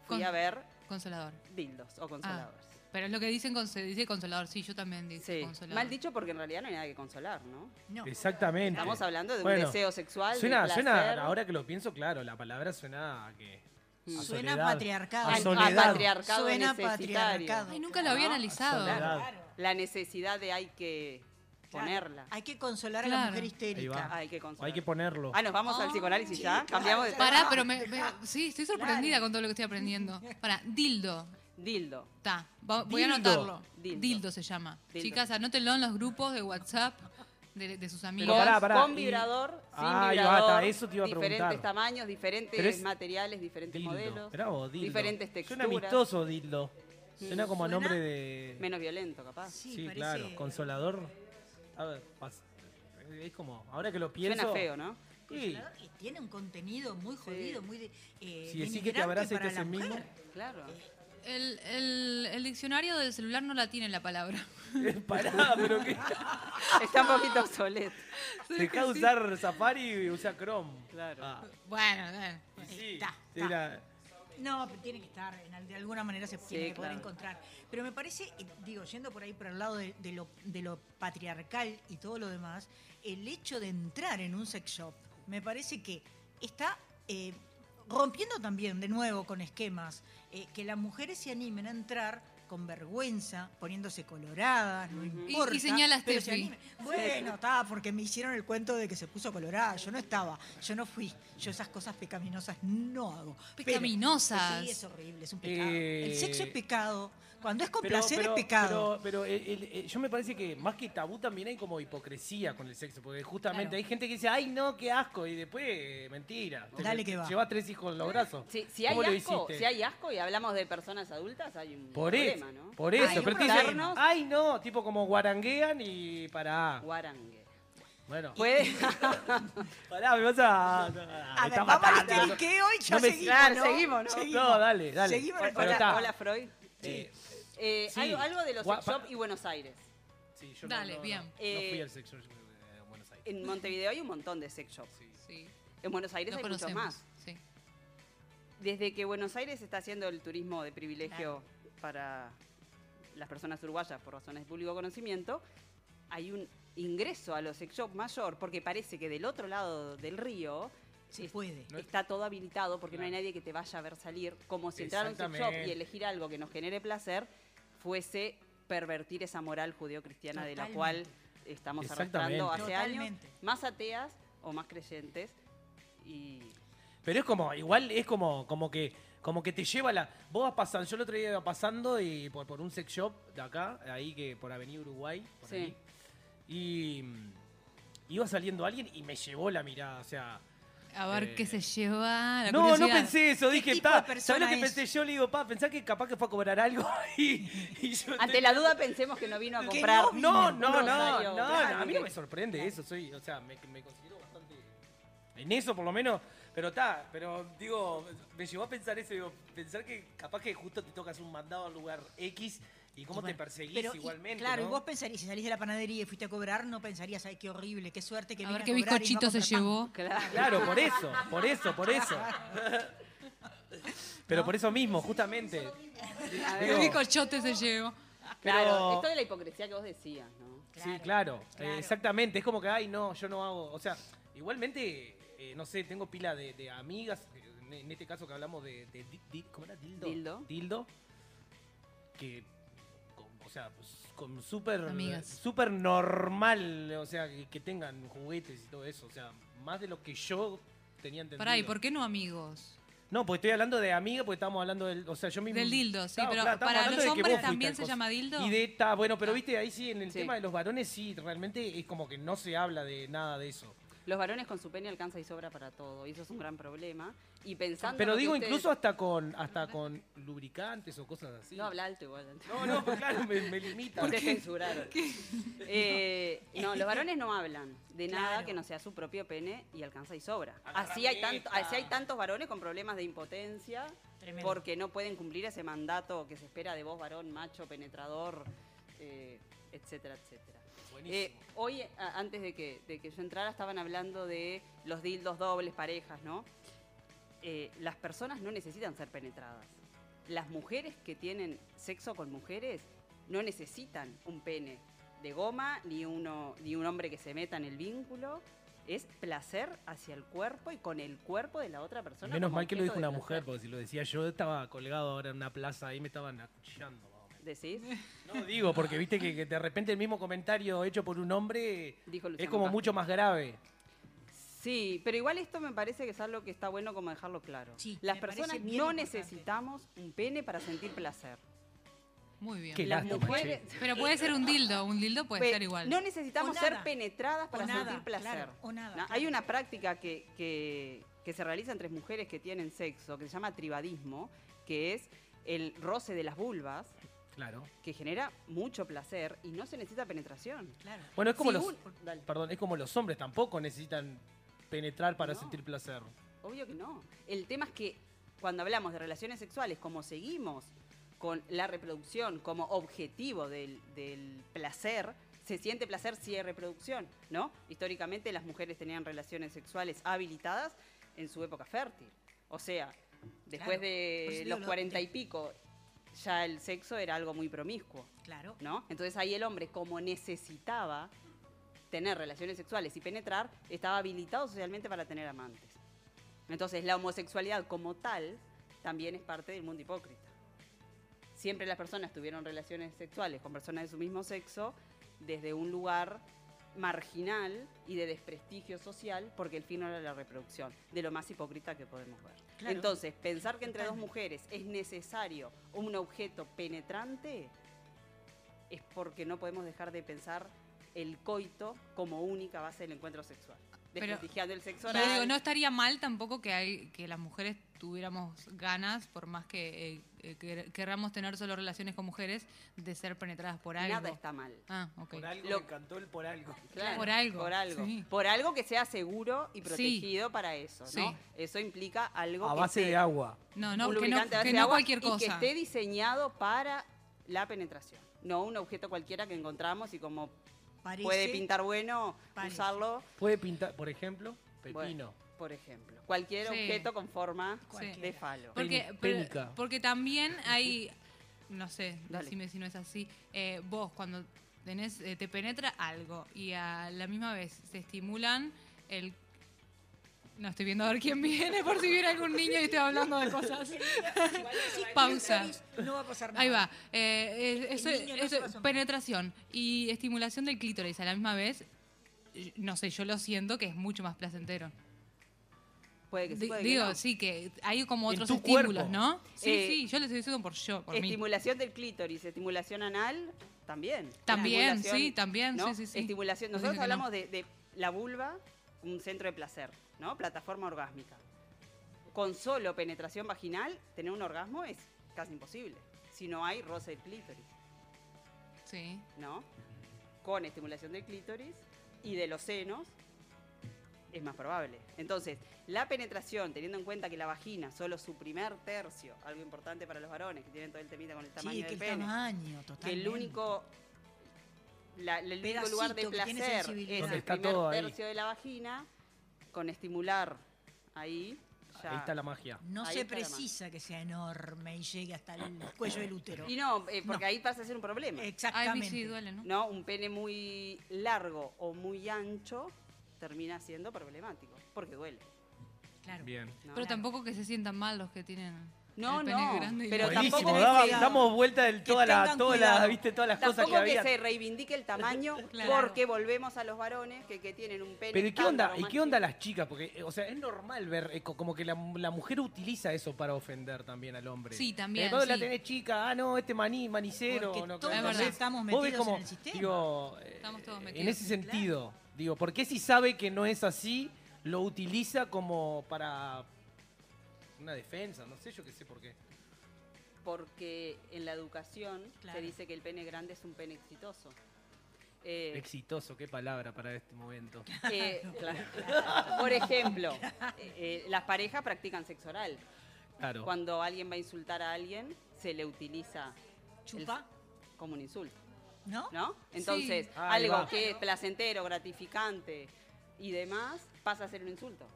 fui
Con- Ah,
a ver
Consolador.
dildos o consoladores.
Pero es lo que dicen, con- se dice consolador. Sí, yo también dice
Sí.
consolador.
Mal dicho porque en realidad no hay nada que consolar, ¿no?
No.
Exactamente.
Estamos hablando de un
Bueno,
deseo sexual. de
Suena,
placer.
suena, ahora que lo pienso, claro, la palabra suena a que. a
Suena
soledad,
patriarcado.
A
Al- a
soledad.
patriarcado
Suena
necesitario.
patriarcado.
Ay, nunca lo había
No,
analizado.
soledad.
La necesidad de hay que
Claro,
ponerla.
Hay que consolar a
Claro.
la mujer
Ahí va.
histérica.
Hay que consolar.
Hay que ponerlo.
Ah, nos vamos al psicoanálisis ya. Cambiamos de
Pará, pero me, me- sí, estoy sorprendida con todo lo que estoy aprendiendo. Pará, dildo.
Dildo.
Ta, va- voy a
Dildo.
anotarlo.
Dildo.
Dildo, se llama.
Dildo.
Chicas, anótenlo en los grupos de WhatsApp de, de sus
Con,
amigos.
Pero pará, pará,
con
y-
vibrador, sin
Ah, ahí va,
vibrador.
ta, eso te iba a
diferentes
preguntar.
tamaños,
Pero
diferentes
es
materiales, diferentes
Dildo.
modelos.
Mirá vos, dildo.
Diferentes texturas.
Suena amistoso, dildo. Suena como a
Mm. Suena
nombre de.
Menos violento, capaz.
Sí,
Sí,
parece-
claro. Consolador. A ver, pas- es como. Ahora que lo pienso.
Suena feo, ¿no?
Sí.
Consolador que tiene un contenido muy jodido, muy de- eh,
Si decís que te abraza y te hace mismo.
Claro.
El, el- el diccionario del celular no la tiene la palabra.
Pará, pero que.
Está un poquito obsoleto.
Dejá de usar Safari y usa Chrome.
Claro.
Ah,
Bueno, bueno.
y sí.
Está, está.
Era-
No, pero tiene que estar, en al- de alguna manera se tiene que poder
claro.
encontrar. Pero me parece, eh, digo, yendo por ahí por el lado de, de lo, de lo patriarcal y todo lo demás, el hecho de entrar en un sex shop me parece que está eh, rompiendo también de nuevo con esquemas, eh, que las mujeres se animen a entrar con vergüenza, poniéndose coloradas, no
Y- y
importa.
señalas,
pero se
Tefi.
anime. Bueno, está, porque me hicieron el cuento de que se puso colorada. Yo no estaba, yo no fui. Yo esas cosas pecaminosas no hago. Pero- eh,
Pecaminosas.
sí, es horrible, es un pecado.
Eh,
El sexo es pecado. Cuando es con
Pero-
placer
pero-
es pecado.
Pero, pero eh, el- el- el- yo me parece que más que tabú también hay como hipocresía con el sexo, porque justamente
Claro.
hay gente que dice, ay no, qué asco, y después, eh, mentira. Te-
Dale que va.
Llevas tres hijos en los brazos.
Si, si hay
¿Cómo lo
asco,
hiciste?
si hay asco y hablamos de personas adultas, hay un
Por eso,
problema, ¿no?
por eso.
Hay un
pero te dicen,
problema.
ay no, tipo como guaranguean y para...
Guarangue.
Bueno.
Puede.
Pará, me vas a. A
ver, vamos al
trinqueo y ya seguimos,
Claro,
¿no?
seguimos, ¿no?
Seguimos.
No, dale, dale.
Seguimos.
Pero
Hola,
está.
hola, Freud.
Sí.
Eh,
Sí.
Algo, algo de los
Gua-
sex shop y Buenos Aires.
Sí,
yo no- Dale, no- no- bien.
No fui
Eh,
al sexo de Buenos Aires.
En Montevideo hay un montón de sex shops. En Buenos Aires hay
Los
muchos
conocemos,
más. Desde que Buenos Aires está haciendo el turismo de privilegio para las personas uruguayas por razones de público conocimiento, hay un ingreso a los sex shops mayor porque parece que del otro lado del río es- está todo habilitado porque no hay nadie que te vaya a ver salir como si entrar a un sex shop y
Exactamente.
elegir algo que nos genere placer fuese pervertir esa moral judeocristiana de la cual estamos arrastrando hace
Exactamente.
años más ateas o más creyentes y
Pero es como, igual es como, como que, como que te lleva la. Vos vas pasando, yo el otro día iba pasando y por, por un sex shop de acá, ahí que por Avenida Uruguay, por
Sí.
ahí. Y mm, iba saliendo alguien y me llevó la mirada. O sea.
A ver
eh,
qué se lleva. Ah, La
no,
curiosidad.
no pensé eso, dije, pa, ¿sabés lo
persona
que
es?
pensé yo? Le digo, pa, pensá que capaz que fue a cobrar algo y, y yo
ante
estoy-
la duda pensemos que no vino a
Que
comprar
No, no,
un
no, no,
rosario,
no,
claro,
a mí
que-
no me sorprende eso, soy, o sea, me, me considero bastante en eso por lo menos, pero está, pero digo, me llevó a pensar eso, digo, pensar que capaz que justo te tocas un mandado al lugar X y cómo
Bueno,
te perseguís
pero y-
igualmente,
claro,
¿no?
y vos pensarías, si salís de la panadería y fuiste a cobrar, no pensarías, ay, qué horrible, qué suerte que
A
vine
ver qué
cobrar y no a
bizcochito se
comprar pan".
llevó.
Claro, por eso, por eso, por eso. Pero por eso mismo, justamente.
A
El
Digo,
bizcochote se llevó.
Claro, esto de la hipocresía que vos decías, ¿no?
Sí, claro, eh, exactamente. Es como que, ay, no, yo no hago. O sea, igualmente, eh, no sé, tengo pila de, de amigas. eh, en- En este caso que hablamos de. de di- di- ¿Cómo era? Dildo.
Dildo.
Que. con- o sea, pues, con súper.
Amigas.
Súper normal. O sea, que, que tengan juguetes y todo eso. O sea, más de lo que yo tenía entendido.
Pará, ¿y por qué no amigos?
No, porque estoy hablando de amiga, porque estamos hablando del. O sea, yo mismo.
Del dildo, sí,
Claro,
pero
claro, estamos
para los
hablando de que vos
hombres
fuiste
también
al
se
coso.
llama dildo.
Y de ta, bueno,
Ah.
pero viste, ahí sí, en el tema de los varones, sí, realmente es como que no se habla de nada de eso.
Los varones con su pene alcanza y sobra para todo, y eso es un gran problema. Y pensando.
Pero
lo que
digo,
ustedes-
incluso hasta con hasta con lubricantes o cosas así.
No habla alto igual.
No, no, pues claro, me, me limita.
Te censuraron. Eh, no, los varones no hablan de nada que no sea su propio pene y alcanza y sobra. Así hay, tanto, así hay tantos varones con problemas de impotencia
Tremendo.
porque no pueden cumplir ese mandato que se espera de vos, varón, macho, penetrador, eh, etcétera, etcétera.
Buenísimo.
Eh, hoy, a- antes de que, de que yo entrara, estaban hablando de los dildos dobles, parejas, ¿no? Eh, las personas no necesitan ser penetradas. Las mujeres que tienen sexo con mujeres no necesitan un pene de goma ni, uno, ni un hombre que se meta en el vínculo. Es placer hacia el cuerpo y con el cuerpo de la otra persona.
Menos
como
mal que lo dijo
objeto
una
de
mujer, porque si lo decía yo estaba colgado ahora en una plaza ahí me estaban acuchillando.
placer. ¿Decís?
No digo, porque viste que, que de repente el mismo comentario hecho por un hombre
Dijo
es
Luciano
como
Paz.
mucho más grave.
Sí, pero igual esto me parece que es algo que está bueno como dejarlo claro. Las
me parece
personas
bien
no
importante.
necesitamos un pene para sentir placer.
Muy bien.
Qué Las lástima, mujeres- che.
Pero puede ser un dildo, un dildo puede
Pues,
ser igual.
No necesitamos
O
ser
nada.
penetradas para
O nada,
sentir placer.
claro, o nada,
Na-
Ah, claro.
Hay una práctica que, que- que se realiza entre mujeres que tienen sexo, que se llama tribadismo, que es el roce de las vulvas,
Claro.
que genera mucho placer y no se necesita penetración.
Bueno, es como
Si
los
un- Dale.
perdón, es como los hombres tampoco necesitan penetrar para sentir placer.
Obvio que no. El tema es que cuando hablamos de relaciones sexuales, como seguimos con la reproducción como objetivo del, del placer, se siente placer si hay reproducción, ¿no? Históricamente las mujeres tenían relaciones sexuales habilitadas en su época fértil. O sea, después
Claro. Por eso
de
digo
los
lo-
cuarenta y pico, ya el sexo era algo muy promiscuo.
Claro.
¿no? Entonces ahí el hombre, como necesitaba tener relaciones sexuales y penetrar, estaba habilitado socialmente para tener amantes. Entonces la homosexualidad como tal también es parte del mundo hipócrita. siempre las personas tuvieron relaciones sexuales con personas de su mismo sexo desde un lugar marginal y de desprestigio social porque el fin no era la reproducción, de lo más hipócrita que podemos ver.
Claro.
Entonces, pensar que entre dos
Totalmente.
mujeres es necesario un objeto penetrante es porque no podemos dejar de pensar el coito como única base del encuentro sexual.
Pero-
Desprestigiando el sexo
Yo
oral.
digo, no estaría mal tampoco que, hay, que las mujeres tuviéramos ganas, por más que eh, eh, quer- querramos tener solo relaciones con mujeres, de ser penetradas por algo.
Nada está mal.
Ah, ok.
Por algo
Lo-
me encantó el por algo.
Claro,
Por algo,
Por algo.
sí.
Por algo que sea seguro y protegido para eso, ¿no?
Sí.
Eso implica algo
A
que
base
esté-
de agua.
No, no,
un
que no-
lubricante a base
que
de
no
agua
cualquier
Y que
cosa.
esté diseñado para la penetración, no un objeto cualquiera que encontramos y como
Parece-
puede pintar bueno, usarlo,
Puede pintar, por ejemplo, pepino.
Bueno, por ejemplo. Cualquier
Sí.
objeto con forma
Cualquiera.
de falo.
Porque,
Pen-
pero-
pénica.
porque también hay, no sé,
Dale.
decime si no es así, eh, vos cuando tenés, eh, te penetra algo y a la misma vez se estimulan el... No estoy viendo a ver quién viene, por si viene algún niño y estoy hablando de cosas. Pausa.
No va a pasar nada.
Ahí va. Eh, eh, eso-
El niño no
eso-
se pasó.
penetración y estimulación del clítoris a la misma vez, y- no sé, yo lo siento que es mucho más placentero.
Puede que sí,
Di-
puede que
digo,
no.
sí, que hay como
En
otros
tu
estímulos,
cuerpo.
¿no? Sí,
Eh,
sí, yo les estoy diciendo por yo, por mí.
Estimulación del clítoris, estimulación anal, también.
También,
Estimulación,
sí, también,
¿no?
sí, sí, sí.
Estimulación.
No
Nosotros
digo que
hablamos
no.
de, de la vulva, un centro de placer, ¿no? Plataforma orgásmica. Con solo penetración vaginal, tener un orgasmo es casi imposible. Si no hay roce del clítoris,
Sí.
¿no? Con estimulación del clítoris y de los senos, es más probable. Entonces, la penetración, teniendo en cuenta que la vagina, solo su primer tercio, algo importante para los varones que tienen todo el temita con el tamaño
Sí,
del
que el
pene
tamaño,
que el
totalmente.
único la- el único
Pedacito
lugar de
que tiene
placer
sensibilidad.
es
Donde
el
está
primer
todo ahí.
tercio de la vagina con estimular ahí ya.
Ahí está la magia.
No
Ahí
se
está la mano.
precisa que sea enorme y llegue hasta el cuello del útero.
y no eh, porque
No.
ahí pasa a ser un problema
Exactamente.
¿no?
un pene muy largo o muy ancho termina siendo problemático porque duele
claro
Bien.
¿no?
Pero tampoco que se sientan mal los que tienen
No,
el pene
no,
grande. y-
pero
Buenísimo,
tampoco que
daba-
cuidado.
damos vuelta del
Que
toda la,
tengan
toda la-
cuidado.
viste todas las cosas que
Tampoco
había.
se reivindique el tamaño
Claro.
porque volvemos a los varones que, que tienen un pene
Pero ¿y qué
tan
onda? ¿Y
romántico.
qué onda las chicas? Porque, eh, o sea, es normal ver eh, co- como que la, la mujer utiliza eso para ofender también al hombre.
Sí, también,
Eh, vos la
sí.
tenés chica, ah, no, este maní, manicero.
Porque
no,
todos
¿entendés?
Es verdad. estamos
Vos ves
metidos
como,
en el sistema.
Digo, eh,
Estamos todos metidos.
en ese sentido, digo, ¿por qué si sabe que no es así, lo utiliza como para una defensa? No sé, yo qué sé por qué.
porque en la educación
Claro.
se dice que el pene grande es un pene exitoso. Eh,
Exitoso, qué palabra para este momento.
eh, claro. Por ejemplo, eh, eh, las parejas practican sexo oral.
Claro.
Cuando alguien va a insultar a alguien, se le utiliza el-
Chupa,
como un insulto,
¿no?
¿no? Entonces,
Sí. Ah, Ahí
algo
va.
que es placentero, gratificante y demás pasa a ser un insulto.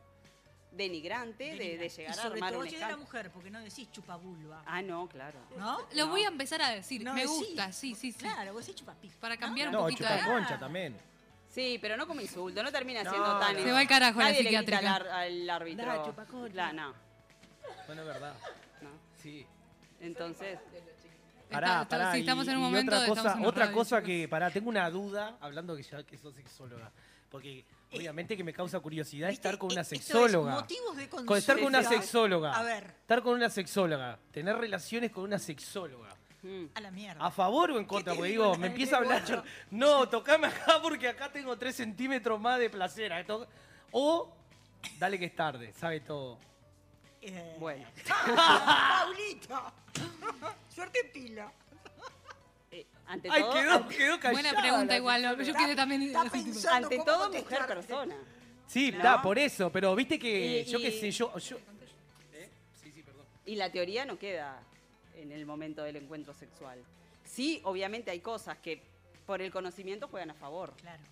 Denigrante, de- de,
Denigrante.
llegar
y
a
sobre
armar
todo
un
llega la
escándalo.
mujer, porque no decís chupa vulva.
Ah, no, claro.
¿No?
Lo
No.
voy a empezar a decir.
No,
Me
sí.
gusta, sí, sí, sí.
Claro, vos decís chupa pija.
Para cambiar
No,
un poquito.
chupa
de-
concha también.
Sí, pero no como insulto, no termina
No,
siendo tan.
no.
Se va al carajo la
Nadie le grita
psiquiátrica.
al, ar- al árbitro.
Da, chupacola.
La- no,
Bueno, es verdad.
no.
Sí.
Entonces,
Está-
Pará,
está-
pará.
sí,
y-
estamos en un
y
momento
otra
de-
cosa,
estamos en una
otra
radio,
cosa
chicos.
que, pará, tengo una duda, hablando que ya que sos sexóloga, porque obviamente que me causa curiosidad
Este,
estar con una
Esto es
sexóloga.
motivos de
Con estar con una
consulta.
sexóloga.
A ver,
Estar con una sexóloga, tener relaciones con una sexóloga.
mm,
a la mierda.
¿A favor o en contra?
te
Porque
digo,
digo,
la
me
de
empieza a hablar.
cuatro.
yo, no, tocame acá porque acá tengo tres centímetros más de placer. Ah, to- O, dale que es tarde, sabe todo.
Eh,
bueno.
Paulito. Suerte en pila.
eh, ante
Ay,
todo,
quedó,
ante,
quellada.
Buena pregunta
la
igual,
sexóloga.
yo quedé también...
Está
así, tipo,
pensando
ante
cómo
todo mujer
contestarte.
persona.
Sí,
¿No?
da, por eso, pero viste que
Y-
yo qué
y-
sé, yo, yo-
¿Eh?
Y la teoría no queda en el momento del encuentro sexual. Sí, obviamente hay cosas que por el conocimiento juegan a favor.
Claro.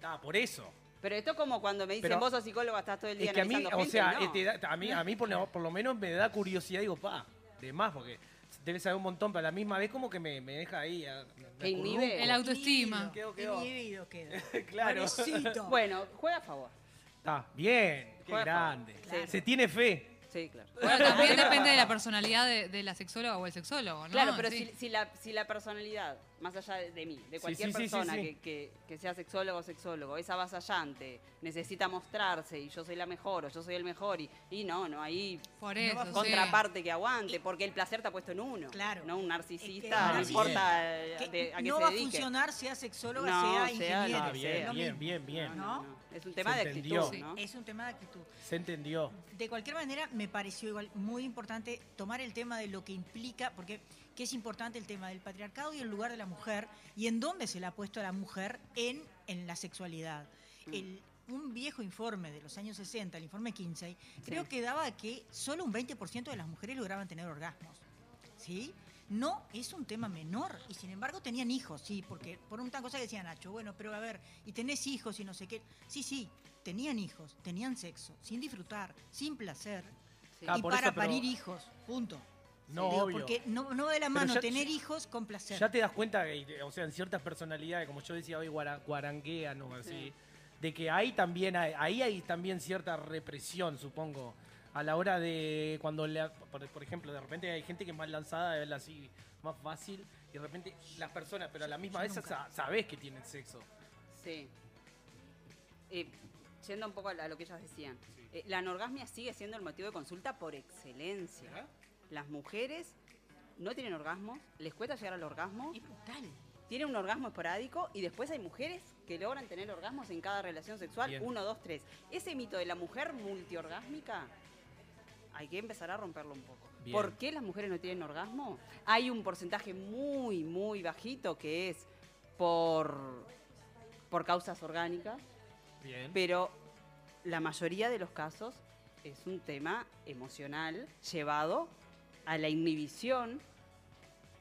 da, Ah, por eso.
Pero esto es como cuando me dicen,
Pero-
vos sos psicóloga, estás todo el día
Es que a mí,
analizando
o
gente",
sea,
no.
este, da- a mí, a mí por, lo, por lo menos me da curiosidad, digo, pa, de más, porque debe saber un montón, pero a la misma vez como que me, me deja ahí. a- me- me
Que inhibe.
acurruco.
El autoestima.
Quedó, quedó.
Inhibido quedó.
Claro.
Pobrecito.
Bueno, juega a favor.
Está bien, qué
Juega a favor,
grande.
claro.
Se tiene fe.
Sí, claro.
Bueno, también depende de la personalidad de, de la sexóloga o el sexólogo, ¿no?
Claro, pero
Sí.
si, si la, si la personalidad, más allá de, de mí, de
Sí,
cualquier
sí, sí, sí,
persona
sí.
Que, que- que sea sexólogo o sexólogo, es avasallante, necesita mostrarse y yo soy la mejor o yo soy el mejor y, y no, no hay
Por eso, sí.
contraparte que aguante, porque el placer está puesto en uno. Claro. No un narcisista, no
narcisista
importa
que
de- a qué
no
se
va a
dedique.
funcionar sea sexóloga,
No,
sea
sea
ingeniero.
lo
Ah,
que
bien,
sea.
bien, bien, bien.
¿no?
Es un tema
Se
de
entendió.
actitud, ¿no?
Es un tema de actitud.
Se entendió.
De cualquier manera, me pareció igual muy importante tomar el tema de lo que implica, porque que es importante el tema del patriarcado y el lugar de la mujer y en dónde se le ha puesto a la mujer en, en la sexualidad.
Mm.
El- un viejo informe de los años 60, el informe Kinsey, creo que daba que solo un 20% de las mujeres lograban tener orgasmos. ¿Sí? No es un tema menor y sin embargo tenían hijos, sí, porque por un tan cosa que decía Nacho, bueno, pero a ver, y tenés hijos y no sé qué. Sí, sí, tenían hijos, tenían sexo, sin disfrutar, sin placer
Ah,
y
por
para
eso, pero-
parir hijos, punto.
No,
Digo,
obvio.
Porque no, no va de la
Pero
mano
ya-
tener hijos con placer.
Ya te das cuenta, que, eh, o sea, en ciertas personalidades, como yo decía hoy, guara- guaranguean o así,
Sí.
de que ahí también hay, ahí hay también cierta represión, supongo, a la hora de cuando, le, por, por ejemplo, de repente hay gente que es más lanzada, es así, más fácil, y de repente las personas, pero a la misma
yo
vez
nunca.
sa- sabés que tienen sexo.
Sí. Eh, yendo un poco a la- a lo que ellas decían, eh, la anorgasmia sigue siendo el motivo de consulta por excelencia. Las mujeres no tienen orgasmos, les cuesta llegar al orgasmo. Es
brutal.
Tienen un orgasmo esporádico y después hay mujeres que logran tener orgasmos en cada relación sexual.
Bien.
Uno, dos, tres. Ese mito de la mujer multiorgásmica hay que empezar a romperlo un poco.
Bien.
¿Por qué las mujeres no tienen orgasmo? Hay un porcentaje muy, muy bajito que es por, por causas orgánicas,
Bien.
pero la mayoría de los casos es un tema emocional llevado a la inhibición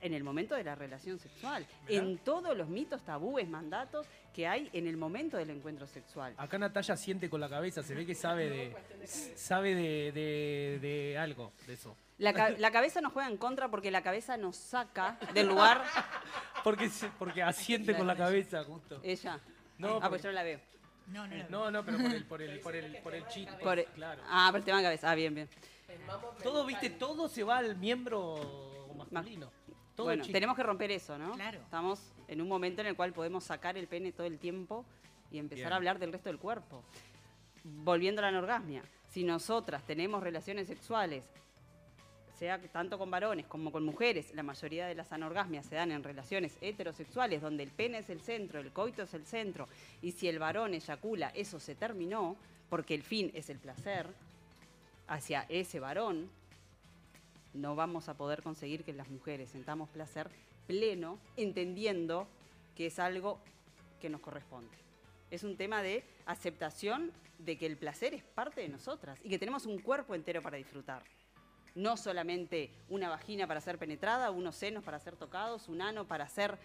en el momento de la relación sexual,
Mirá.
en todos los mitos, tabúes, mandatos que hay en el momento del encuentro sexual.
Acá Natalia siente con la cabeza, se ve que sabe de, sabe de, de- de algo, de eso.
La, ca- la cabeza nos juega en contra porque la cabeza nos saca del lugar
Porque, se- porque asiente con la cabeza, justo.
ella.
No,
ah,
porque-
pues yo no la veo.
No, no,
No, no, pero por el, por el, por el, por el chiste,
Por-
claro.
Ah, por el tema de cabeza. Ah, bien, bien.
Todo, viste, todo se va al miembro masculino. Todo
bueno,
chico.
tenemos que romper eso, ¿no?
Claro.
Estamos en un momento en el cual podemos sacar el pene todo el tiempo y empezar
Bien.
a hablar del resto del cuerpo. Volviendo a la anorgasmia, si nosotras tenemos relaciones sexuales, sea tanto con varones como con mujeres, la mayoría de las anorgasmias se dan en relaciones heterosexuales, donde el pene es el centro, el coito es el centro, y si el varón eyacula, eso se terminó, porque el fin es el placer hacia ese varón, no vamos a poder conseguir que las mujeres sentamos placer pleno, entendiendo que es algo que nos corresponde. Es un tema de aceptación de que el placer es parte de nosotras y que tenemos un cuerpo entero para disfrutar. No solamente una vagina para ser penetrada, unos senos para ser tocados, un ano para ser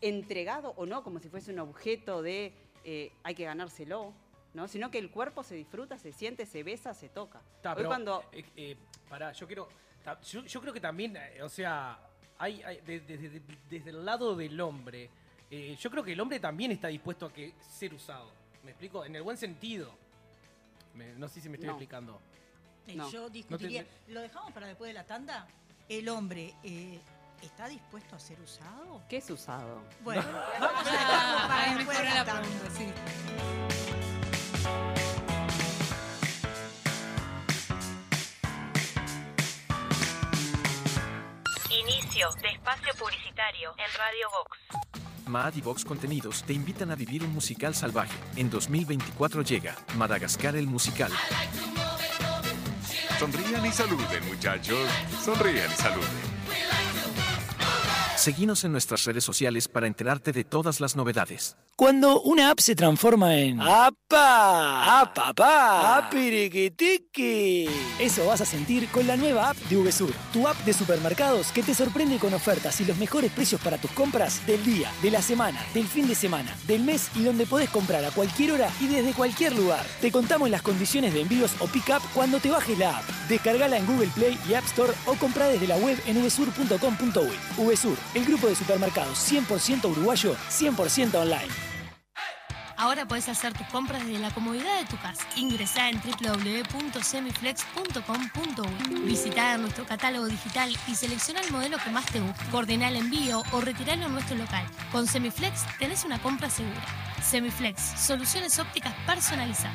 entregado o no, como si fuese un objeto de eh, hay que ganárselo, ¿no? sino que el cuerpo se disfruta, se siente, se besa, se toca.
Ta,
Hoy
pero,
cuando-
eh, eh, pará, yo quiero. ta- Yo, yo creo que también, eh, o sea, hay, hay- de- de- de- desde el lado del hombre, eh, yo creo que el hombre también está dispuesto a que ser usado. ¿Me explico? En el buen sentido. Me- no sé si me estoy
No.
explicando.
Eh,
No. No
Yo
te-
discutiría. ¿Lo dejamos para después de la tanda? El hombre eh, está dispuesto a ser usado.
¿Qué es usado?
Bueno, vamos a dejarlo para
Ah,
después de
mejoró
la
la
tanda.
pregunta, sí.
Inicio de espacio publicitario en Radio Vox.
Maad y Vox Contenidos te invitan a vivir un musical salvaje. En 2024 llega Madagascar el musical.
Sonrían y saluden, muchachos. Sonrían y saluden.
Seguinos en nuestras redes sociales para enterarte de todas las novedades.
Cuando una app se transforma en ¡Apa! ¡Apa, pa! ¡Apiriquitiqui! Eso vas a sentir con la nueva app de VSUR, tu app de supermercados que te sorprende con ofertas y los mejores precios para tus compras del día, de la semana, del fin de semana, del mes y donde podés comprar a cualquier hora y desde cualquier lugar. Te contamos las condiciones de envíos o pick-up cuando te bajes la app. Descargala en Google Play y App Store o compra desde la web en vsur.com.uy. VSUR, el grupo de supermercados 100% uruguayo, 100% online.
Ahora puedes hacer tus compras desde la comodidad de tu casa. Ingresá en www.semiflex.com.uy. Visitá e. nuestro catálogo digital y selecciona el modelo que más te guste. Coordina el envío o retiralo en nuestro local. Con Semiflex tenés una compra segura. Semiflex, soluciones ópticas personalizadas.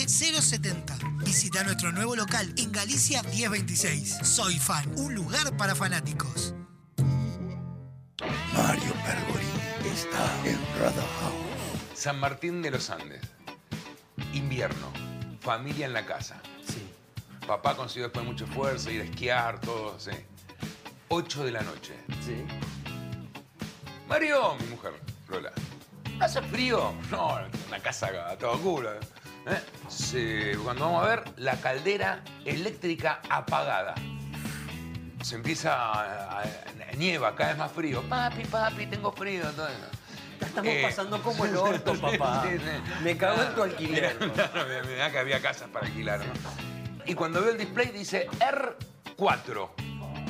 099-799-070. Visita nuestro nuevo local en Galicia 1026. Soy fan, un lugar para fanáticos.
Mario Pergolini está en Rada House. San Martín de los Andes. Invierno. Familia en la casa. Sí. Papá consiguió después mucho esfuerzo ir a esquiar, todo, sí. 8 de la noche. Sí. Mario, mi mujer, Lola. ¿Hace frío? No, una casa acá, a todo culo. ¿eh? Se- cuando vamos a ver, la caldera eléctrica apagada. Se empieza a, a- a- nieva, cada vez más frío. Papi, papi, tengo frío. todo eso. Eh,
estamos pasando como el orto,
orto,
papá. Me cago en tu alquiler.
Ah, me, me da que había casas para alquilar. ¿no? Y cuando veo el display dice E R4.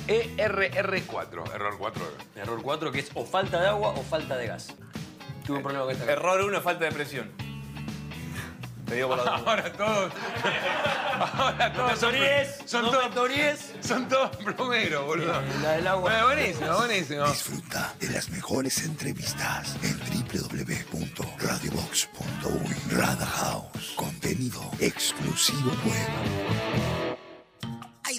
ERR4. Error 4.
Error 4 que es o falta de agua o falta de gas. Tuve un problema con esta.
Error 1, falta de presión. Te digo por la duda.
Ahora todos. Ahora todos. son- Son todos. Son todos plomeros, boludo. La del agua. buenísimo, buenísimo.
Disfruta de las mejores entrevistas en www.radiobox.uy. Rada House, contenido exclusivo web.
Hay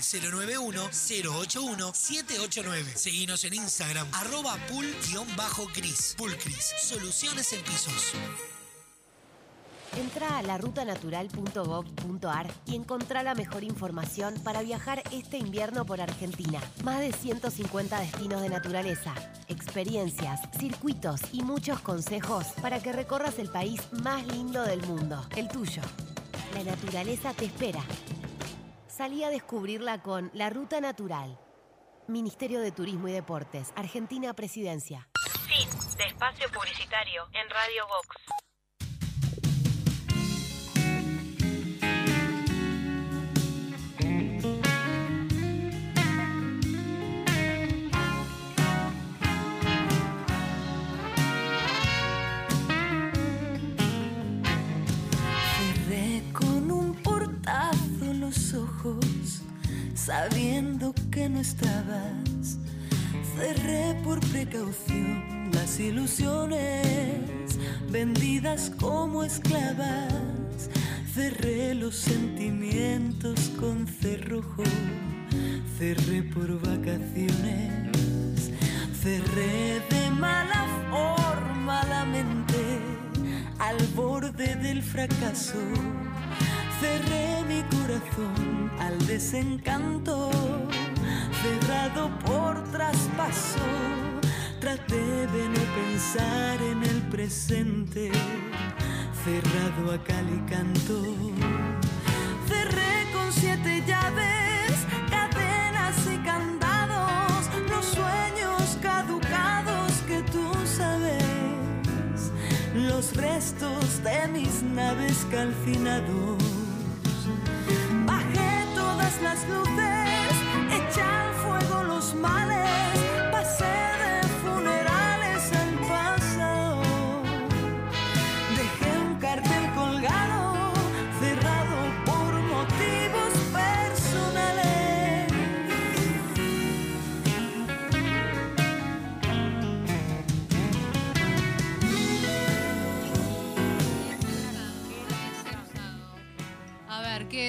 091-081-789. Seguinos en Instagram, arroba pul-cris. Pulcris, soluciones en pisos.
Entra a larutanatural.gov.ar y encontrá la mejor información para viajar este invierno por Argentina. Más de 150 destinos de naturaleza, experiencias, circuitos y muchos consejos para que recorras el país más lindo del mundo, el tuyo. La naturaleza te espera. Salí a descubrirla con La Ruta Natural. Ministerio de Turismo y Deportes, Argentina Presidencia.
Sí, de espacio publicitario en Radio Vox.
Cerré con un portazo los ojos, sabiendo que no estabas. Cerré por precaución las ilusiones, vendidas como esclavas. Cerré los sentimientos con cerrojo, cerré por vacaciones. Cerré de mala forma la mente al borde del fracaso. Cerré mi corazón al desencanto, cerrado por traspaso. Traté de no pensar en el presente, cerrado a cal y canto. Cerré con siete llaves, cadenas y candados, los sueños caducados que tú sabes, los restos de mis naves calcinados. Bajé todas las luces, eché al fuego los males, pasé de funerales al pasado. Dejé un cartel colgado, cerrado por motivos personales.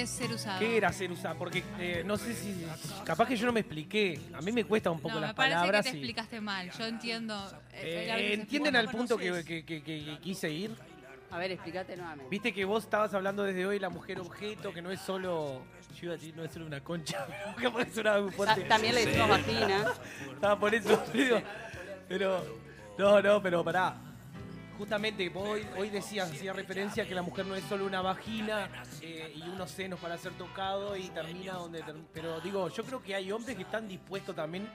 ser usado?
¿Qué era ser usado? Porque eh, no sé si. Capaz que yo no me expliqué. A mí me cuesta un poco
No,
las
me parece que
palabras.
te
y-
explicaste mal. Yo entiendo. eh,
Eh,
la velocidad.
¿Entienden al punto que, que- que- que quise ir?
A ver, explícate nuevamente.
Viste que vos estabas hablando desde hoy de la mujer objeto, que no es solo. Yo iba a decir, no es solo una concha, pero que por eso era muy fuerte.
Ta- también le decimos vagina.
Estaba por eso, digo, Pero. No, no, pero pará. Justamente vos hoy, hoy decías, hacía referencia que la mujer no es solo una vagina eh, y unos senos para ser tocado y termina donde. term- Pero digo, yo creo que hay hombres que están dispuestos también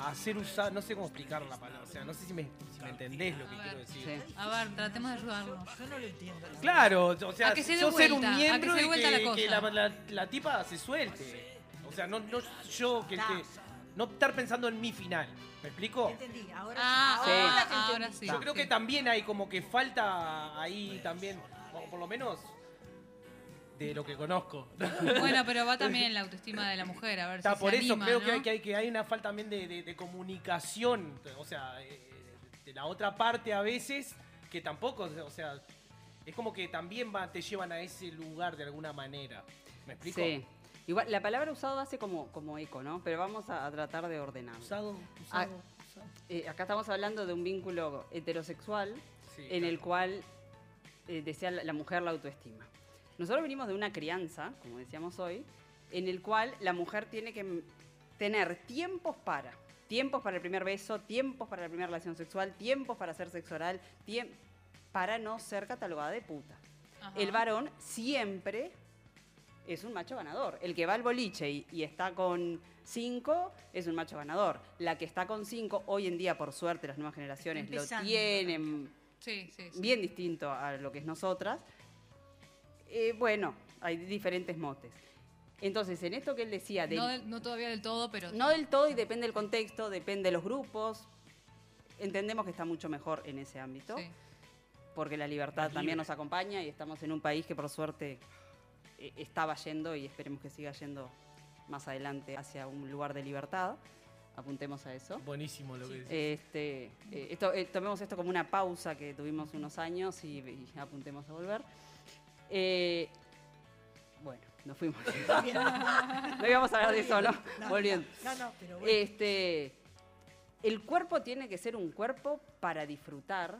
a ser usados. No sé cómo explicar la palabra, o sea, no sé si me, si me entendés lo que quiero decir.
A ver, tratemos de ayudarlo. Yo no lo entiendo.
Claro, o sea,
A que se dé
yo ser
vuelta,
un
a
miembro
que se dé
y
vuelta la
que,
cosa.
que la, la- la tipa se suelte. O sea, no, no yo que, que- no estar pensando en mi final. ¿Me explico?
Entendí, ahora
Ah,
sí. Ahora
ah,
te entendí.
ahora sí.
Yo creo que también hay como que falta ahí también, o por lo menos de lo que conozco.
Bueno, pero va también la autoestima de la mujer. A ver
Está,
si
por
se
eso
anima,
creo
¿no?
que, hay, que, hay, que hay una falta también de, de- de comunicación, o sea, eh, de la otra parte a veces, que tampoco, o sea, es como que también va- te llevan a ese lugar de alguna manera. ¿Me explico?
Sí. Igual, la palabra usado hace como, como eco, ¿no? Pero vamos a, a tratar de ordenar.
Usado, Ah,
usado. acá estamos hablando de un vínculo heterosexual
Sí,
en el cual eh, desea la, la mujer la autoestima. Nosotros venimos de una crianza, como decíamos hoy, en el cual la mujer tiene que m- tener tiempos para. Tiempos para el primer beso, tiempos para la primera relación sexual, tiempos para hacer sexo oral, tiemp- para no ser catalogada de puta.
Ajá.
El varón siempre es un macho ganador. El que va al boliche y, y está con cinco es un macho ganador. La que está con cinco, hoy en día, por suerte, las nuevas generaciones
Empezando.
lo tienen
Sí, sí, sí.
bien distinto a lo que es nosotras. Eh, bueno, hay diferentes motes. Entonces, en esto que él decía del-
No, del- no todavía del todo, pero.
no del todo y depende del contexto, depende de los grupos. Entendemos que está mucho mejor en ese ámbito, porque la libertad
Más
también
libre.
nos acompaña y estamos en un país que por suerte eh, estaba yendo y esperemos que siga yendo más adelante hacia un lugar de libertad. Apuntemos a eso.
Buenísimo lo que decís.
Este, eh, esto, eh, tomemos esto como una pausa que tuvimos unos años y, y apuntemos a volver. Eh, bueno, nos fuimos. no íbamos a hablar de eso, ¿no?
No,
Volviendo.
no, no, pero bueno.
Este, el cuerpo tiene que ser un cuerpo para disfrutar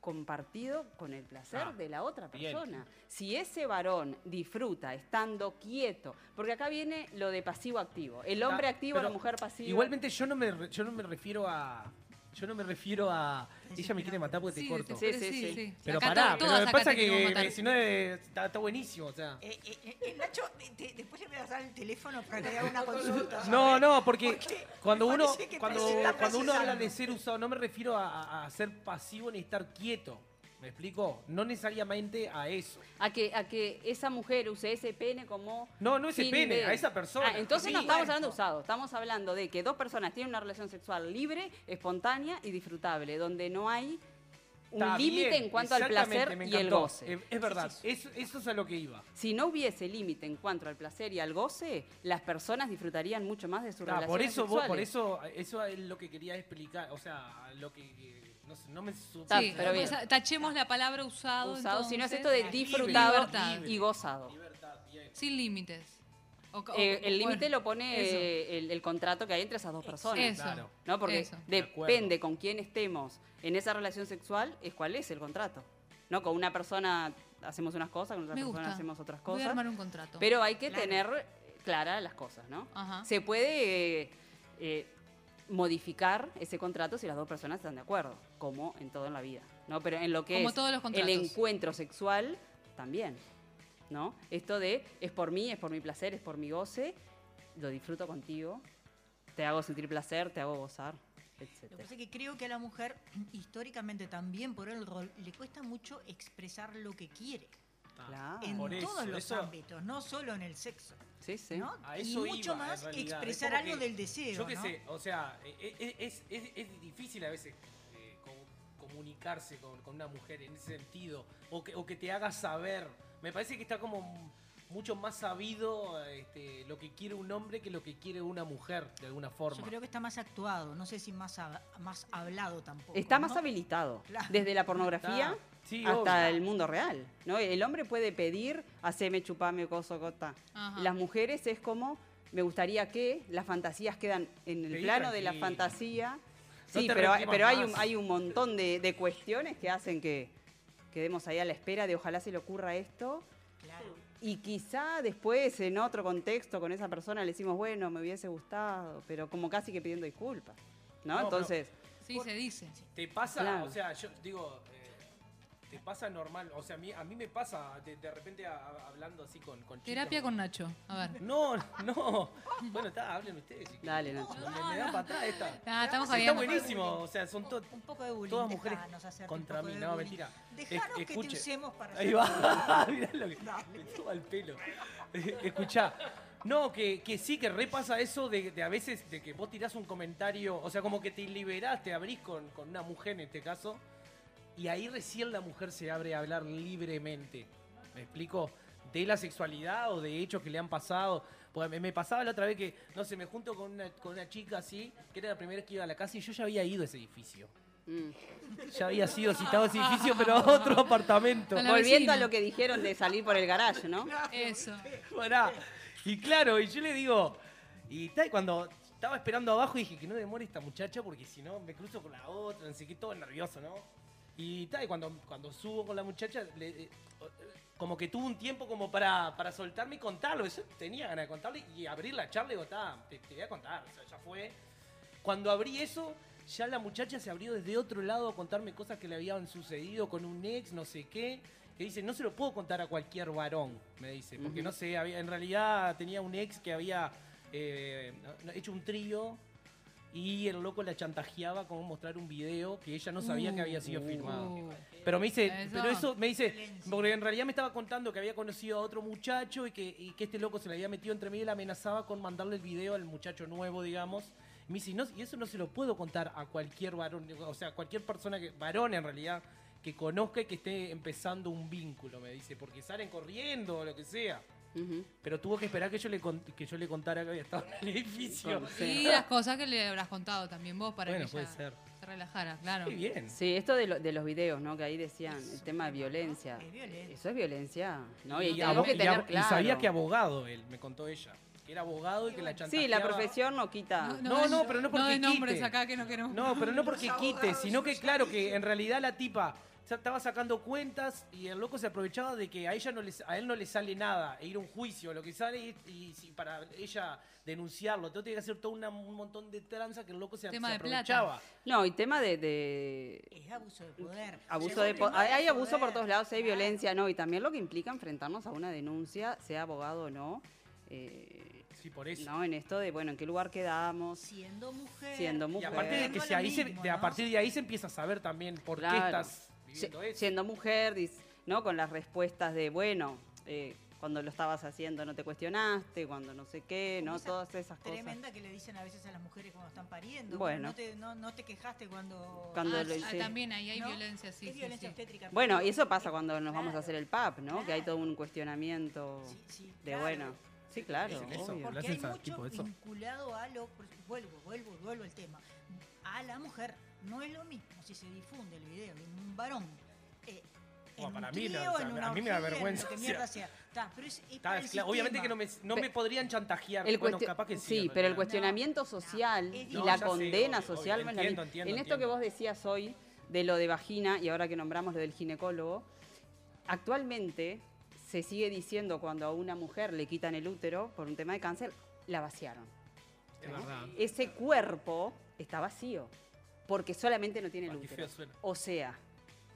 compartido con el placer
Ah,
de la otra
bien.
persona. Si ese varón disfruta estando quieto, porque acá viene lo de pasivo-activo. El hombre
Ah,
activo, la
pero
mujer pasiva.
Igualmente yo no me re- yo no me refiero a yo no me refiero a ella me quiere matar porque te
Sí,
corto.
sí, sí, sí. Sí.
Pero
Acá
pará,
to-
pero
todas
lo que
acá
pasa
te queremos
que
matar.
eh, si no eh, está, está buenísimo, o sea.
Eh, eh, eh, eh, Nacho, eh, te- después le voy a dar el teléfono para que le haga una consulta.
No, no, porque cuando
me
uno
parece que
cuando,
parece estar
cuando uno habla
procesando.
de ser usado, no me refiero a, a- a ser pasivo ni estar quieto. ¿Me explico? No necesariamente a eso.
A que, a que esa mujer use ese pene como.
No, no ese
fin
pene,
de-
a esa persona.
Ah, entonces
Sí.
no estamos hablando de usado, estamos hablando de que dos personas tienen una relación sexual libre, espontánea y disfrutable, donde no hay
Está
un límite
bien,
en cuanto al
exactamente,
placer
me
y el
encantó.
goce.
Eh, Es verdad, Eso, eso es a lo que iba.
Si no hubiese límite en cuanto al placer y al goce, las personas disfrutarían mucho más de su
Ah,
relación.
por eso vos, por eso, eso es lo que quería explicar, o sea, lo que eh, no, sé, no me supe.
Está, pero bien.
Pues, Tachemos la palabra usado.
Usado, si no es
entonces.
esto de
Libre.
disfrutado
Libertad.
y gozado.
Sin límites. O ca- o-
Eh, el
bueno,
límite lo pone
eso.
eh, el, el contrato que hay entre esas dos personas.
Eso. Claro.
¿no? Porque
Eso. De acuerdo.
depende con quién estemos en esa relación sexual, es cuál es el contrato. ¿no? Con una persona hacemos unas cosas, con otra
Me
persona
gusta.
hacemos otras
Voy
cosas.
a armar un contrato.
Pero hay que
Claro.
tener claras las cosas, ¿no?
Ajá.
Se puede eh, eh, modificar ese contrato si las dos personas están de acuerdo, como en todo en la vida, ¿no? Pero en lo que
Como
es
todos los
el
contratos.
encuentro sexual, también, ¿no? Esto de es por mí, es por mi placer, es por mi goce, lo disfruto contigo, te hago sentir placer, te hago gozar,
Lo
etc.
que pasa es que creo que a la mujer, históricamente también por el rol, le cuesta mucho expresar lo que quiere.
Claro.
En
Por
todos
eso,
los
eso-
ámbitos, no solo en el sexo.
Sí, sí.
¿no?
A
y
eso
mucho
iba, en
más
realidad.
expresar
Es como
algo
que-
del deseo.
Yo qué
¿no?
sé, o sea, eh, eh, es, es- es difícil a veces eh, co- comunicarse con, con una mujer en ese sentido, o que, o que te haga saber. Me parece que está como mucho más sabido este, lo que quiere un hombre que lo que quiere una mujer, de alguna forma.
Yo creo que está más actuado, no sé si más, hab- más hablado tampoco.
Está
¿no?
más habilitado,
Claro.
desde la pornografía
Está. Sí,
hasta
obvio.
el mundo real. ¿no? El hombre puede pedir, haceme, chupame, coso, cota.
Ajá.
Las mujeres es como, me gustaría que, las fantasías quedan en el
Pedí
plano de la
tranquilo.
fantasía.
No
Sí,
te
pero,
reprimas
pero hay,
más.
un, hay un montón de, de cuestiones que hacen que quedemos ahí a la espera de ojalá se le ocurra esto. Y quizá después, en otro contexto, con esa persona le decimos, bueno, me hubiese gustado, pero como casi que pidiendo disculpas. ¿No?
No,
Entonces,
Sí, se dice.
¿Te pasa?
Claro.
O sea, yo digo, eh, ¿te pasa normal? O sea, a mí, a mí me pasa de, de repente a- a- hablando así con, con chicas.
Terapia con Nacho. A ver.
No, no. Bueno, está, hablen ustedes. si
Dale,
quieren.
Nacho.
Me- Me, da
no.
para atrás esta.
Nah, estamos
Está
jodiendo.
buenísimo. O sea, son to- todas mujeres
dejanos hacerte un
contra
poco
mí.
de
No,
bullying.
mentira.
Dejanos que te
escuche.
usemos para
Ahí
hacer
va.
bullying.
Mirá lo que. Me toma el pelo. Escuchá. No, que, que sí, que repasa eso de, de a veces de que vos tirás un comentario, o sea, como que te liberás, te abrís con, con una mujer en este caso, y ahí recién la mujer se abre a hablar libremente. ¿Me explico? De la sexualidad o de hechos que le han pasado. Porque me, me pasaba la otra vez que, no sé, me junto con una, con una chica así, que era la primera vez que iba a la casa y yo ya había ido a ese edificio. mm, Ya había sido citado a ese edificio, pero a otro apartamento.
volviendo a lo que dijeron de salir por el garage, ¿no?
Eso.
Pará. Y claro, y yo le digo. Y tal, cuando estaba esperando abajo dije que no demore esta muchacha porque si no me cruzo con la otra, no sé qué, todo nervioso, ¿no? Y tal, y cuando, cuando subo con la muchacha, le- eh, como que tuve un tiempo como para, para soltarme y contarlo. Yo tenía ganas de contarle y abrir la charla y digo, "Ta, te, te voy a contar, o sea, ya fue. Cuando abrí eso, ya la muchacha se abrió desde otro lado a contarme cosas que le habían sucedido con un ex, no sé qué. Que dice, no se lo puedo contar a cualquier varón, me dice. Porque
Ujú.
no sé, había- en realidad tenía un ex que había eh, no- hecho un trío y el loco la chantajeaba con mostrar un video que ella no sabía que había sido
Uh.
filmado.
Uh.
Pero me dice,
Eso.
pero eso me dice, porque en realidad me estaba contando que había conocido a otro muchacho y que, y que este loco se le había metido entre medio y la amenazaba con mandarle el video al muchacho nuevo, digamos. Y me dice, no, y eso no se lo puedo contar a cualquier varón, o sea, a cualquier persona, que, varón en realidad, que conozca y que esté empezando un vínculo, me dice, porque salen corriendo o lo que sea. Pero tuvo que esperar que yo le, cont- que yo le contara que había estado en el edificio.
Y las cosas que le habrás contado también vos para
Bueno,
que
puede
ella
ser.
se relajara, claro.
Sí, esto de, lo- de los videos, ¿no? Que ahí decían, el tema de violencia. Eso es violencia, ¿no? Y, tenemos
abo-
que
y
tener
abo- y
claro.
sabía que abogado él, me contó ella. Que era abogado y que la chantajeaba.
Sí, la profesión no quita.
No, no, pero no porque
de nombres
quite.
acá que no queremos.
No, pero no porque
Los
quite,
abogados
sino que claro que en realidad la tipa ya estaba sacando cuentas y el loco se aprovechaba de que a ella no les, a él no le sale nada, e ir a un juicio, lo que sale y, y si para ella denunciarlo, todo tiene que hacer todo una- un montón de tranza que el loco se, se aprovechaba.
No, y tema de, de-
Es abuso de poder.
abuso
Llegó
de
el
po-
tema
hay,
del
hay abuso por
poder.
todos lados, hay violencia, no, y también lo que implica enfrentarnos a una denuncia, sea abogado o no. eh,
Sí, por eso.
No, en esto de, bueno, en qué lugar quedamos.
Siendo mujer.
Siendo
Y
mujer.
aparte de que
No
si
lo
ahí se-
mismo,
de- a
¿no?
partir de ahí se empieza a saber también por qué
Claro.
estás
Se- Siendo mujer, dis- ¿no? Con las respuestas de, bueno, eh, cuando lo estabas haciendo no te cuestionaste, cuando no sé qué,
Como
¿no?
esa
Todas esas cosas.
Tremenda que le dicen a veces a las mujeres cuando están pariendo.
Bueno.
No te, no, no te quejaste cuando.
Cuando Ah, lo ah, hice.
también ahí hay violencia, sí,
Es
sí,
violencia
sí.
obstétrica.
Bueno,
pero-
y eso pasa cuando nos vamos a hacer el PAP, ¿no? Que hay todo un cuestionamiento de,
claro.
bueno, sí, claro,
Dicen eso,
obvio.
lo
Porque hay
hacen
mucho
tipo eso.
vinculado a lo. Vuelvo, vuelvo, vuelvo al tema. A la mujer no es lo mismo si se difunde el video de un varón. eh, en un
Bueno, oh, para mí no,
trío,
o sea,
en una
a mí me
orgía,
da
en lo
vergüenza,
que
o
mierda
sea.
sea. Ta, pero es- es
Está,
para el
claro, obviamente
sistema.
que no me, no me podrían chantajear.
El
bueno,
cuestio-
capaz que sí. en
pero el
realidad.
cuestionamiento social y
No,
la
ya sé,
condena
obvio,
social.
obvio,
no es la
entiendo,
misma.
entiendo,
en esto que
entiendo.
vos decías hoy de lo de vagina y ahora que nombramos lo del ginecólogo, actualmente se sigue diciendo cuando a una mujer le quitan el útero por un tema de cáncer, la vaciaron.
Es verdad.
Ese cuerpo está vacío porque solamente no tiene el
Ah, qué
útero.
feo suena.
O sea,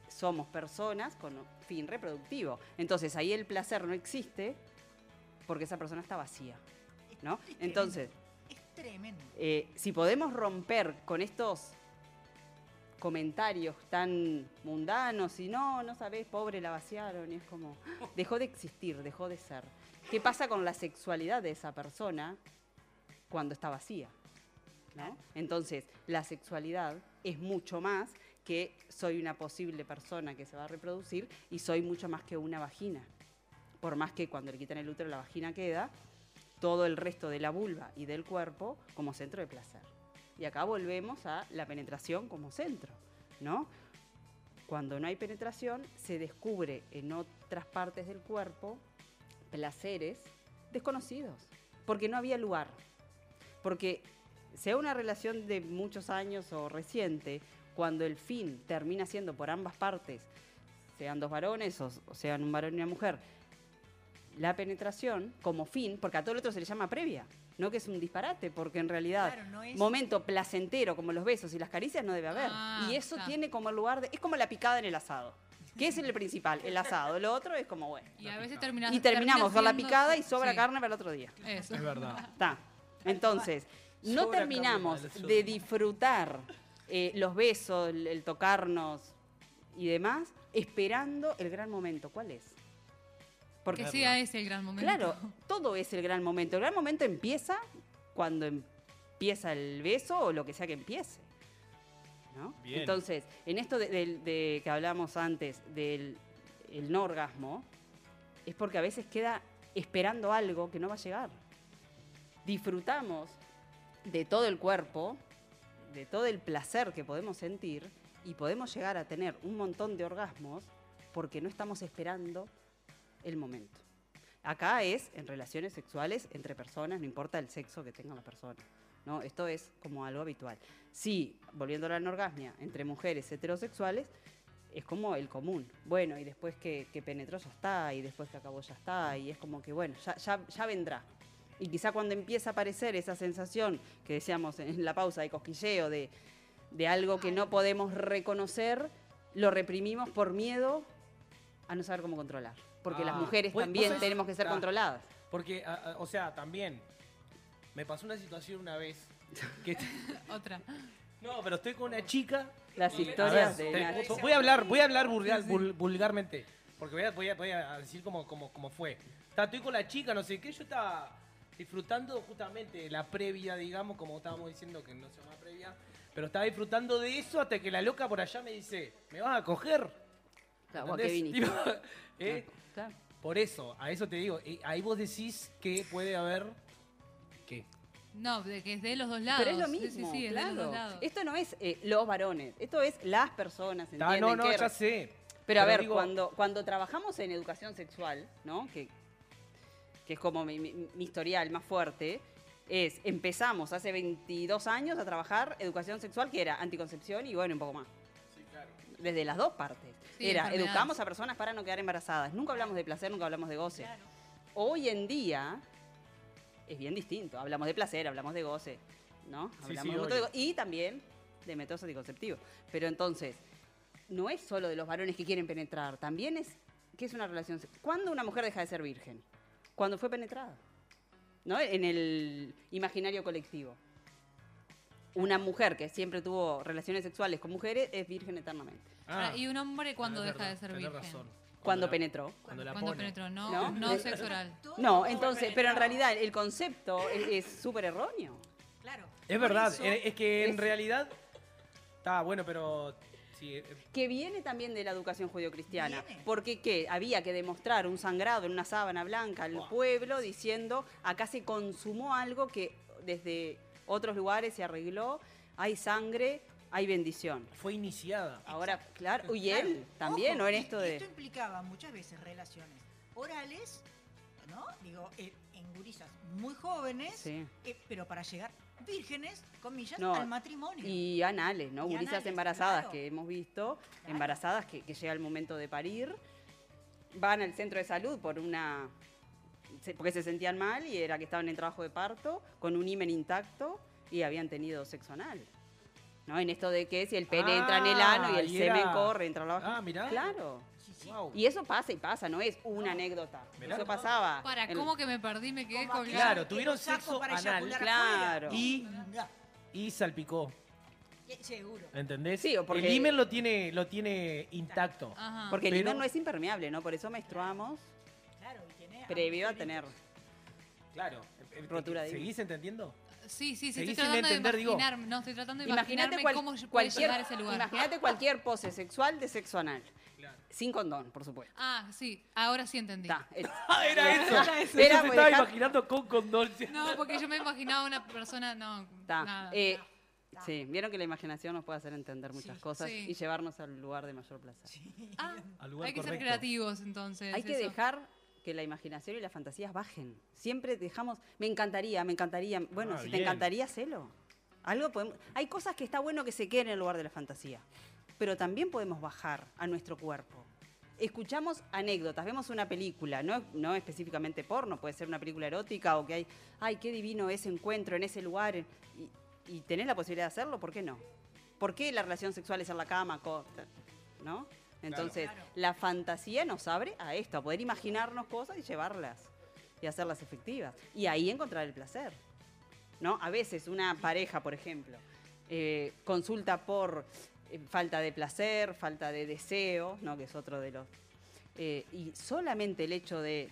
somos personas con un fin reproductivo. Entonces ahí el placer no existe porque esa persona está vacía. ¿No? Entonces,
Es tremendo.
eh, si podemos romper con estos comentarios tan mundanos y no, no sabés, pobre, la vaciaron, y es como, ¡ah! dejó de existir, dejó de ser. ¿Qué pasa con la sexualidad de esa persona cuando está vacía? ¿no? Entonces, la sexualidad es mucho más que soy una posible persona que se va a reproducir y soy mucho más que una vagina. por más que cuando le quitan el útero la vagina queda, todo el resto de la vulva y del cuerpo como centro de placer. Y acá volvemos a la penetración como centro, ¿no? Cuando no hay penetración, se descubre en otras partes del cuerpo placeres desconocidos, porque no había lugar. Porque sea una relación de muchos años o reciente, cuando el fin termina siendo por ambas partes, sean dos varones o, o sean un varón y una mujer, la penetración como fin, porque a todo lo otro se le llama previa, no que es un disparate, porque en realidad
Claro, no es-
momento placentero como los besos y las caricias no debe haber.
Ah,
y eso
claro.
tiene como lugar de, es como la picada en el asado. que es el principal? El asado. Lo otro es como bueno.
Y a veces terminas-
Y terminamos
termina
con la
siendo-
picada y sobra
sí.
carne para el otro día.
Eso.
Es verdad. Está. Entonces, no
Sobra
terminamos
carne para el
de
otro.
disfrutar eh, los besos, el, el tocarnos y demás, esperando el gran momento. ¿Cuál es?
Porque sea ese el gran momento.
Claro, todo es el gran momento. El gran momento empieza cuando empieza el beso o lo que sea que empiece. ¿no?
Bien.
Entonces, en esto de, del- de que hablábamos antes del el no orgasmo, es porque a veces queda esperando algo que no va a llegar. Disfrutamos de todo el cuerpo, de todo el placer que podemos sentir y podemos llegar a tener un montón de orgasmos porque no estamos esperando el momento. Acá es en relaciones sexuales entre personas, no importa el sexo que tenga la persona. ¿no? Esto es como algo habitual. Sí, volviendo a la anorgasmia, entre mujeres heterosexuales, es como el común. Bueno, y después que, que penetró ya está, y después que acabó ya está, y es como que bueno, ya, ya, ya vendrá. Y quizá cuando empieza a aparecer esa sensación que decíamos en la pausa de cosquilleo, de, de algo que no podemos reconocer, lo reprimimos por miedo a no saber cómo controlar. Porque las
Ah,
mujeres
pues,
también
¿vos sabés?
tenemos que ser
Ah,
controladas.
Porque, ah, ah, o sea, también me pasó una situación una vez que
Otra.
No, pero estoy con una chica.
Las
y-
historias
a
de
ver, te-
Nacho.
Voy a hablar, voy a hablar vulgar- vul- vulgarmente. Porque voy a, voy a- voy a decir cómo, cómo- cómo fue. Ta, Estoy con la chica, no sé qué. Yo estaba disfrutando justamente la previa, digamos, como estábamos diciendo que no se llama previa. Pero estaba disfrutando de eso hasta que la loca por allá me dice, ¿me vas a coger?
Claro, ¿a qué
¿Entendés?
viniste? Ah.
Tipo, ¿eh?
Claro.
Por eso, a eso te digo. eh, Ahí vos decís que puede haber... ¿Qué?
No, de que es de los dos lados.
Pero es lo
Sí,
mismo,
sí, sí, es de los
claro.
dos lados. Ah,
Esto no es eh, los varones, esto es las personas,
Ta,
¿entienden?
no, no,
Que-
ya sé.
Pero a ver,
digo-
cuando, cuando trabajamos en educación sexual, ¿no? Que, que es como mi, mi- mi historial más fuerte, es empezamos hace 22 años a trabajar educación sexual, que era anticoncepción y bueno, un poco más. Desde las dos partes.
Sí,
era,
enfermedades.
educamos a personas para no quedar embarazadas. Nunca hablamos de placer, nunca hablamos de goce. Hoy en día es bien distinto. Hablamos de placer, hablamos de goce, ¿no?
Sí,
Hablamos
sí,
de un montón de
obvio.
go- y también de métodos anticonceptivos. Pero entonces, no es solo de los varones que quieren penetrar, también es que es una relación. se- ¿Cuándo una mujer deja de ser virgen? Cuando fue penetrada. ¿No? En el imaginario colectivo. Una mujer que siempre tuvo relaciones sexuales con mujeres es virgen eternamente.
Ahora, Ah, ¿Y un hombre cuando deja de ser virgen?
Cuando penetró.
Cuando Ah, la
Cuando
pone.
penetró, no, no, sexo oral.
No, entonces, pero en realidad el concepto es es súper erróneo.
Es verdad,
eso-
eh, es que en
es-
realidad. Está bueno, pero. Sí, eh,
que viene también de la educación judio-cristiana. Porque ¿qué? había que demostrar un sangrado en una sábana blanca al pueblo diciendo, acá se consumó algo que desde otros lugares se arregló, hay sangre, hay bendición.
Fue iniciada.
Ahora, claro, y
Claro,
él también,
ojo,
¿no? En
y-
esto
y
de...
Esto implicaba muchas veces relaciones orales, ¿no? Digo, eh, en gurisas muy jóvenes,
Sí.
eh, pero para llegar vírgenes, comillas,
No,
al matrimonio.
Y anales, ¿no?
Y
Gurisas
anales,
embarazadas
claro.
que hemos visto, embarazadas que, que llega el momento de parir, van al centro de salud por una. se- porque se sentían mal y era que estaban en trabajo de parto, con un himen intacto y habían tenido sexo anal. ¿No? En esto de que si el pene entra en el ano y el
y Ah, era-
semen corre, entra la vagina.
Ah, mirá.
Claro.
Wow.
Y eso pasa y pasa, no es una anécdota.
Mirá.
Eso pasaba.
Para,
en-
¿cómo que me perdí? Me quedé colgada.
Claro, tuvieron sexo anal.
Claro.
Y, y salpicó.
eh, Seguro.
¿Entendés?
Sí, o porque-
El himen lo tiene, lo tiene intacto.
Porque el
Pero-
himen no es impermeable, ¿no? Por eso menstruamos
Claro, y tiene
previo a tener.
Claro, eh,
Rotura de
¿Seguís
hilo.
entendiendo?
Sí, sí, sí,
Seguí
estoy
sin
tratando
entender,
de
digo.
imaginarme. No, estoy tratando de
Imagínate
imaginarme
cual-
cómo yo puedo
cualquier,
llegar a ese lugar.
imagínate cualquier pose sexual de sexo anal. Sin condón, por supuesto.
Ah, sí, ahora sí entendí.
Ah, Era eso.
Era
Yo
eso.
te
Era,
estaba
pues, dejar-
imaginando con condón.
No, porque yo me imaginaba una persona, no,
Ta,
nada.
eh, Sí, vieron que la imaginación nos puede hacer entender muchas cosas
Sí.
y llevarnos al lugar de mayor placer.
Ah,
Al
lugar
hay que ser
correcto.
creativos entonces.
Hay que
eso.
dejar que la imaginación y las fantasías bajen. Siempre dejamos, me encantaría, me encantaría. Bueno,
Ah,
si
bien.
te encantaría, celo. Algo podemos- hay cosas que está bueno que se queden en el lugar de la fantasía, pero también podemos bajar a nuestro cuerpo. Escuchamos anécdotas, vemos una película, no, no específicamente porno, puede ser una película erótica o que hay, ay, qué divino ese encuentro en ese lugar y, y tenés la posibilidad de hacerlo, ¿por qué no? ¿Por qué la relación sexual es en la cama? co- ¿No? Entonces, la fantasía nos abre a esto, a poder imaginarnos cosas y llevarlas y hacerlas efectivas. Y ahí encontrar el placer. ¿No? A veces una pareja, por ejemplo, eh, consulta por eh, falta de placer, falta de deseo, ¿no? Que es otro de los. eh, y solamente el hecho de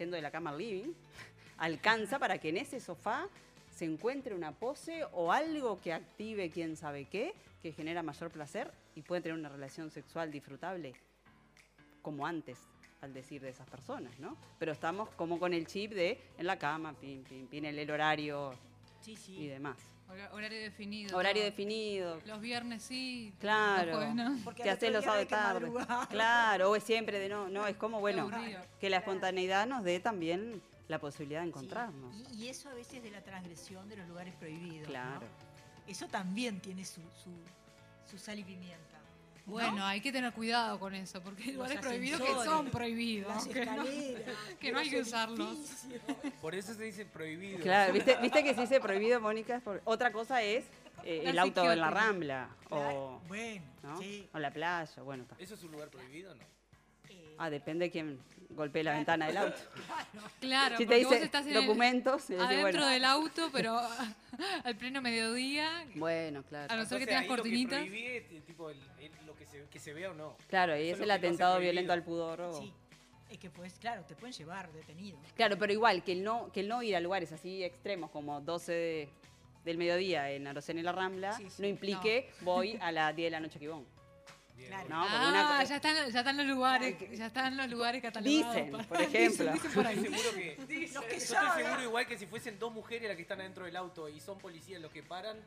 yendo de la cama al living alcanza para que en ese sofá se encuentre una pose o algo que active quién sabe qué, que genera mayor placer y pueden tener una relación sexual disfrutable como antes, al decir de esas personas, ¿no? Pero estamos como con el chip de en la cama, pin, pin, pin, el, el horario
Sí, sí.
y demás.
Hora- Horario definido.
Horario
todo.
definido.
Los viernes sí.
Claro,
los jueves no.
te haces los sábados de tarde. Claro, o es siempre de no, no, es como, bueno,
aburrido.
que la espontaneidad nos dé también la posibilidad de encontrarnos.
Y, y eso a veces de la transgresión de los lugares prohibidos. ¿no?
Claro.
Eso también tiene su, su, su sal y pimienta. ¿no?
Bueno, hay que tener cuidado con eso, porque hay
Los
lugares prohibidos que
ascensores,
son prohibidos.
las
que no-
escaleras,
que no hay que
los
usarlos.
Por eso se dice prohibido.
Claro, ¿viste, viste que se dice prohibido, Mónica. es por- Otra cosa es eh, el
Darse
auto en la
kiosco.
rambla o,
Bueno,
¿no?
sí.
o la playa. Bueno, ta.
¿Eso es un lugar prohibido o no?
ah, depende de quién golpee la ventana del auto.
Claro,
Si te
porque
dice
vos estás en el-
documentos, y decís,
adentro
bueno.
del auto, pero al pleno mediodía.
Bueno, claro.
A no ser que
Entonces,
tengas
ahí lo
cortinitas.
prohibí es, eh, tipo, el- el- lo que se, que se vea o no.
Claro, y es el
Eso lo que lo hace
atentado
prohibido.
violento al pudor. o-
Sí, es que pues, claro, te pueden llevar detenido.
Claro, pero igual, que el no, que el no ir a lugares así extremos como 12 de- del mediodía en Arocena y la Rambla, no implique voy a las 10 de la noche a Quibón. No, porque una
ah,
cosa-
ya, están, ya están los lugares, ya están los lugares catalogados.
Dicen,
para-
por ejemplo.
Dicen, dicen por ahí.
Yo estoy seguro que,
Los
yo
que
estoy
saben.
seguro igual que si fuesen dos mujeres las que están adentro del auto y son policías los que paran,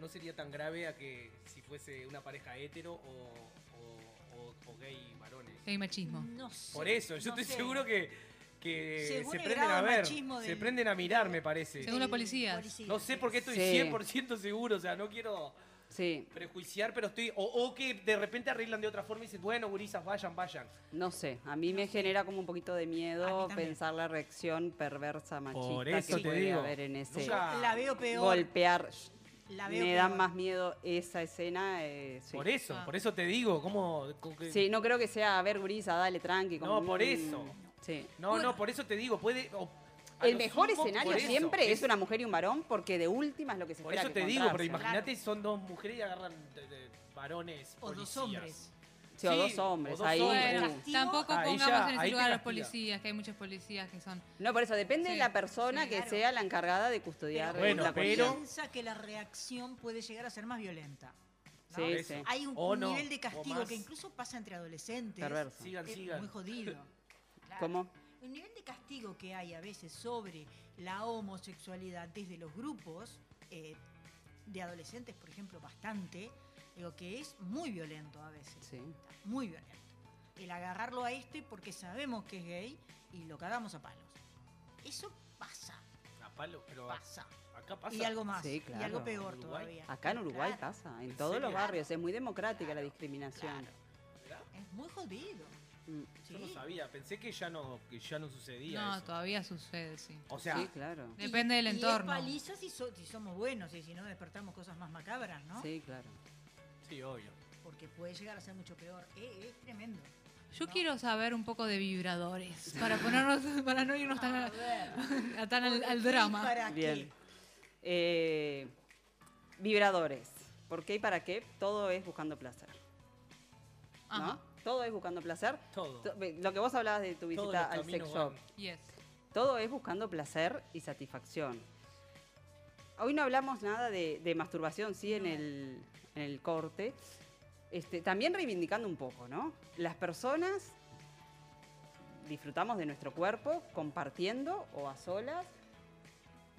no sería tan grave a que si fuese una pareja hetero o, o- o- o gay varones.
Que hay machismo.
No
Por eso, yo estoy seguro que, que
Según
se
el
prenden
grado de
a ver,
machismo
se
del-
prenden a mirar, me parece.
Según la policía.
No sé por qué estoy
Sí.
100% seguro, o sea, no quiero
Sí.
prejuiciar, pero estoy... O, o que de repente arreglan de otra forma y dicen, bueno, gurisas, vayan, vayan.
No sé, a mí me genera como un poquito de miedo
también.
pensar la reacción perversa machista
eso
que
te
puede
digo.
haber en ese
Nunca-
La veo peor.
golpear.
La veo
me da
peor.
más miedo esa escena. eh, sí.
Por
Ah.
eso, por eso te digo, ¿cómo...? con que-
Sí, no creo que sea, a ver, gurisa, dale, tranqui. como,
No, por
mm,
eso.
Sí.
No, no, por eso te digo, puede... o- a
El
lo
mejor
sumo,
escenario
por eso.
siempre es, una mujer y un varón, porque de última es lo que se
Por
espera
eso
que
te digo, pero
encontrarse.
imagínate, son dos mujeres y agarran de- de varones
O dos
policías.
hombres.
Sí, o dos hombres, ahí,
hombres.
uh.
Tampoco
Ahí
pongamos
ya-
en ese
ahí te
lugar a los
castiga.
policías, que hay muchos policías que son.
No, por eso depende de
Sí,
la persona
sí,
que
claro.
sea la encargada de custodiar la cuestión.
piensa que la reacción puede llegar a ser más violenta. ¿no?
Sí, Por sí. eso.
Hay un,
O
un
no,
nivel de
o
castigo
más.
que incluso pasa entre adolescentes.
Perverso.
Sigan,
sigan.
Muy jodido. Claro.
¿Cómo?
El nivel de castigo que hay a veces sobre la homosexualidad desde los grupos eh, de adolescentes, por ejemplo, bastante, digo que es muy violento a veces. Muy violento. El agarrarlo a este porque sabemos que es gay y lo cagamos a palos. Eso pasa.
A palo, pero
pasa.
Acá pasa.
Y algo más.
uh. Sí,
Y algo
claro.
peor
¿En
todavía.
Acá en Uruguay
Claro.
pasa, en
¿En
todos los
serio?
barrios. Es muy democrática la discriminación.
Es muy jodido.
Mm.
Yo no sabía, pensé que ya no, que ya no sucedía
No,
eso.
todavía sucede, sí.
O sea,
Sí, claro.
Depende del
Y- y es
entorno.
paliza si, so- si somos buenos y si no despertamos cosas más macabras, ¿no?
Sí, claro.
Sí, obvio.
Porque puede llegar a ser mucho peor. Eh, es tremendo.
Yo quiero saber un poco de vibradores para ponernos, para no irnos tan, a- a tan al, al drama.
Bien. Eh, vibradores. ¿Por qué y para qué? Todo es buscando placer.
Ajá.
¿No? Todo es buscando placer.
Todo.
To- Lo que vos hablabas de tu
Todos
visita
los
al sex
caminos
shop.
van.
Yes.
Todo es buscando placer y satisfacción. Hoy no hablamos nada de, de masturbación, sí, en el, en el corte. Este, también reivindicando un poco, ¿no? Las personas disfrutamos de nuestro cuerpo compartiendo o a solas.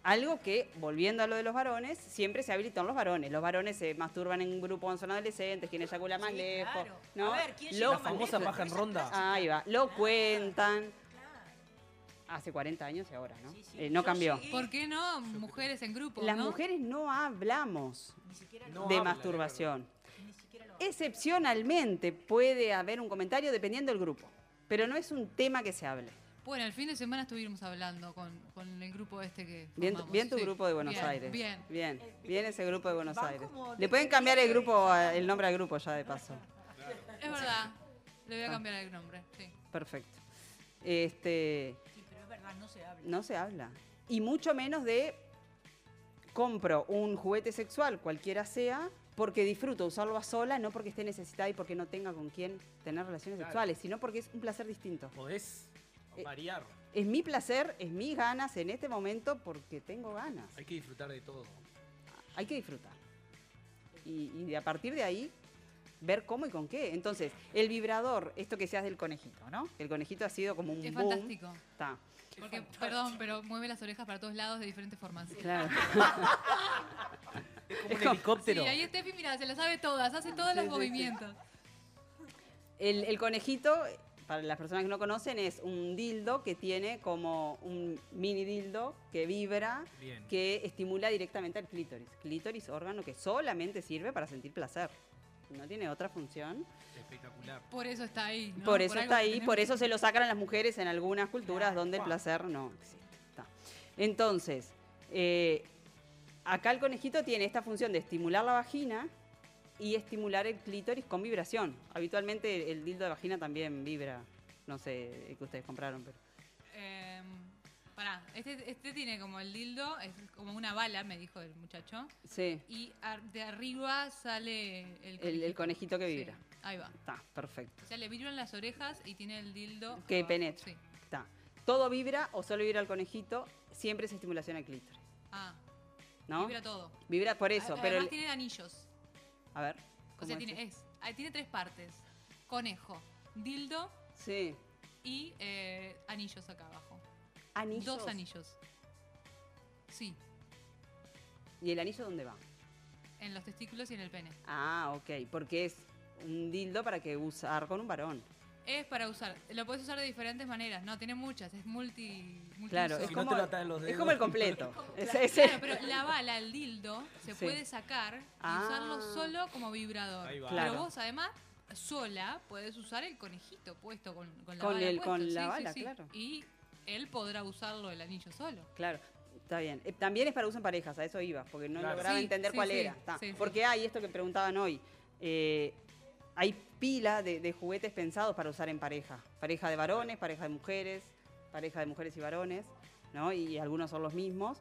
Algo que, volviendo a lo de los varones, siempre se habilitan los varones. Los varones se masturban en grupo, son adolescentes, quien eyacula más lejos. ¿no?
A ver, ¿quién
Lo-
llega más lejos? La famosa paja en ronda.
Ahí va. Lo cuentan. Hace 40 años y ahora, ¿no? Eh, no cambió.
¿Por qué no mujeres en grupo?
Las
¿no?
mujeres no hablamos
lo
de
hablan,
masturbación. Excepcionalmente puede haber un comentario dependiendo del grupo, pero no es un tema que se hable.
Bueno, el fin de semana estuvimos hablando con, con el grupo este que.
Bien, tu-
formamos,
bien tu
sí.
grupo de Buenos
Bien,
Aires.
Bien.
Bien, bien ese grupo de Buenos
van
Aires.
como de
Le pueden cambiar el grupo, a- el nombre al grupo ya de paso.
Es verdad. Le
Ah.
voy a cambiar el nombre. Sí.
Perfecto. Este,
Pero es verdad, no se habla.
no se habla. Y mucho menos de compro un juguete sexual, cualquiera sea, porque disfruto usarlo a sola, no porque esté necesitada y porque no tenga con quién tener relaciones
Claro.
sexuales, sino porque es un placer distinto.
Podés variar.
Es mi placer, es mis ganas en este momento porque tengo ganas.
Hay que disfrutar de todo.
Hay que disfrutar. Y, y a partir de ahí, ver cómo y con qué. Entonces, el vibrador, esto que seas del conejito, ¿no? El conejito ha sido como un
Es
boom.
fantástico.
Está.
Porque, perdón, pero mueve las orejas para todos lados de diferentes formas.
Claro.
Es como un helicóptero.
Sí, ahí Steffi, mira, se las sabe todas, hace todos los
Sí, sí, sí.
movimientos.
El, el conejito, para las personas que no conocen, es un dildo que tiene como un mini dildo que vibra,
Bien.
que estimula directamente al clítoris. Clítoris, órgano que solamente sirve para sentir placer. No tiene otra función.
Espectacular.
Por eso está ahí. ¿no?
por eso
algo
está ahí,
tenemos.
por eso se lo sacan a las mujeres en algunas culturas donde el
Wow.
placer no existe. Está. Entonces, eh, acá el conejito tiene esta función de estimular la vagina y estimular el clítoris con vibración. Habitualmente el dildo de vagina también vibra. No sé el que ustedes compraron, pero.
Eh, pará, este, este tiene como el dildo, es como una bala, me dijo el muchacho.
Sí.
Y ar- de arriba sale el
El, el conejito que
Sí,
vibra.
ahí va.
Está, perfecto.
O sea, le vibran las orejas y tiene el dildo.
Que
abajo.
penetra.
Ah, Sí.
Está. Todo vibra o solo vibra el conejito, siempre es estimulación al clítoris.
Ah,
¿No?
vibra todo.
Vibra por eso,
Ad-
pero.
Además
el-
tiene anillos.
A ver.
O
¿cómo
sea,
es
tiene,
eso?
es, ah, tiene tres partes. Conejo, dildo
Sí.
y eh, anillos acá abajo.
Anillos.
Dos anillos. Sí,
¿Y el anillo dónde va?
en los testículos y en el pene.
Ah, ok, porque es un dildo para que usar con un varón.
Es para usar. Lo puedes usar de diferentes maneras. No, tiene muchas. Es multi. multiuso.
Claro, es, como, es como el completo. Es-
Claro,
es el-
pero la bala, el dildo, se
Sí.
puede sacar y
Ah.
usarlo solo como vibrador.
Ahí va.
Pero
Claro.
vos, además, sola podés usar el conejito puesto con, con la
Con
bala.
el-
puesto.
con la
Sí, sí,
bala,
sí.
claro.
Y él podrá usarlo el anillo solo.
Claro, está bien. Eh, También es para uso en parejas, a eso iba, porque no
Claro.
lograba
Sí,
entender
sí,
cuál
sí,
era. Está.
sí, sí.
Porque hay esto que preguntaban hoy. eh, hay pila de, de juguetes pensados para usar en pareja. Pareja de varones, pareja de mujeres, pareja de mujeres y varones, ¿no? Y algunos son los mismos.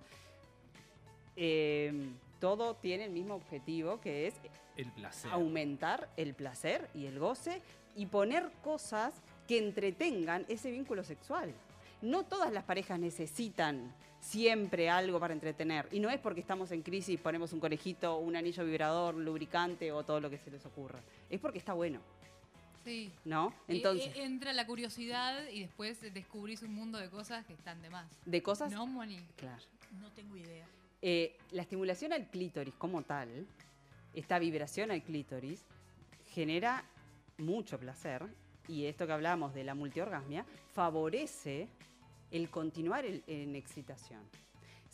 Eh, todo tiene el mismo objetivo, que es
El placer.
aumentar el placer y el goce y poner cosas que entretengan ese vínculo sexual. No todas las parejas necesitan siempre algo para entretener. Y no es porque estamos en crisis, ponemos un conejito, un anillo vibrador, un lubricante o todo lo que se les ocurra. Es porque está bueno,
Sí.
¿no?
E-
Entonces,
e- entra la curiosidad y después descubrís un mundo de cosas que están de más.
de cosas...
No, Moni.
Claro.
No tengo idea.
Eh, la estimulación al clítoris como tal, esta vibración al clítoris, genera mucho placer y esto que hablamos de la multiorgasmia favorece el continuar el- en excitación.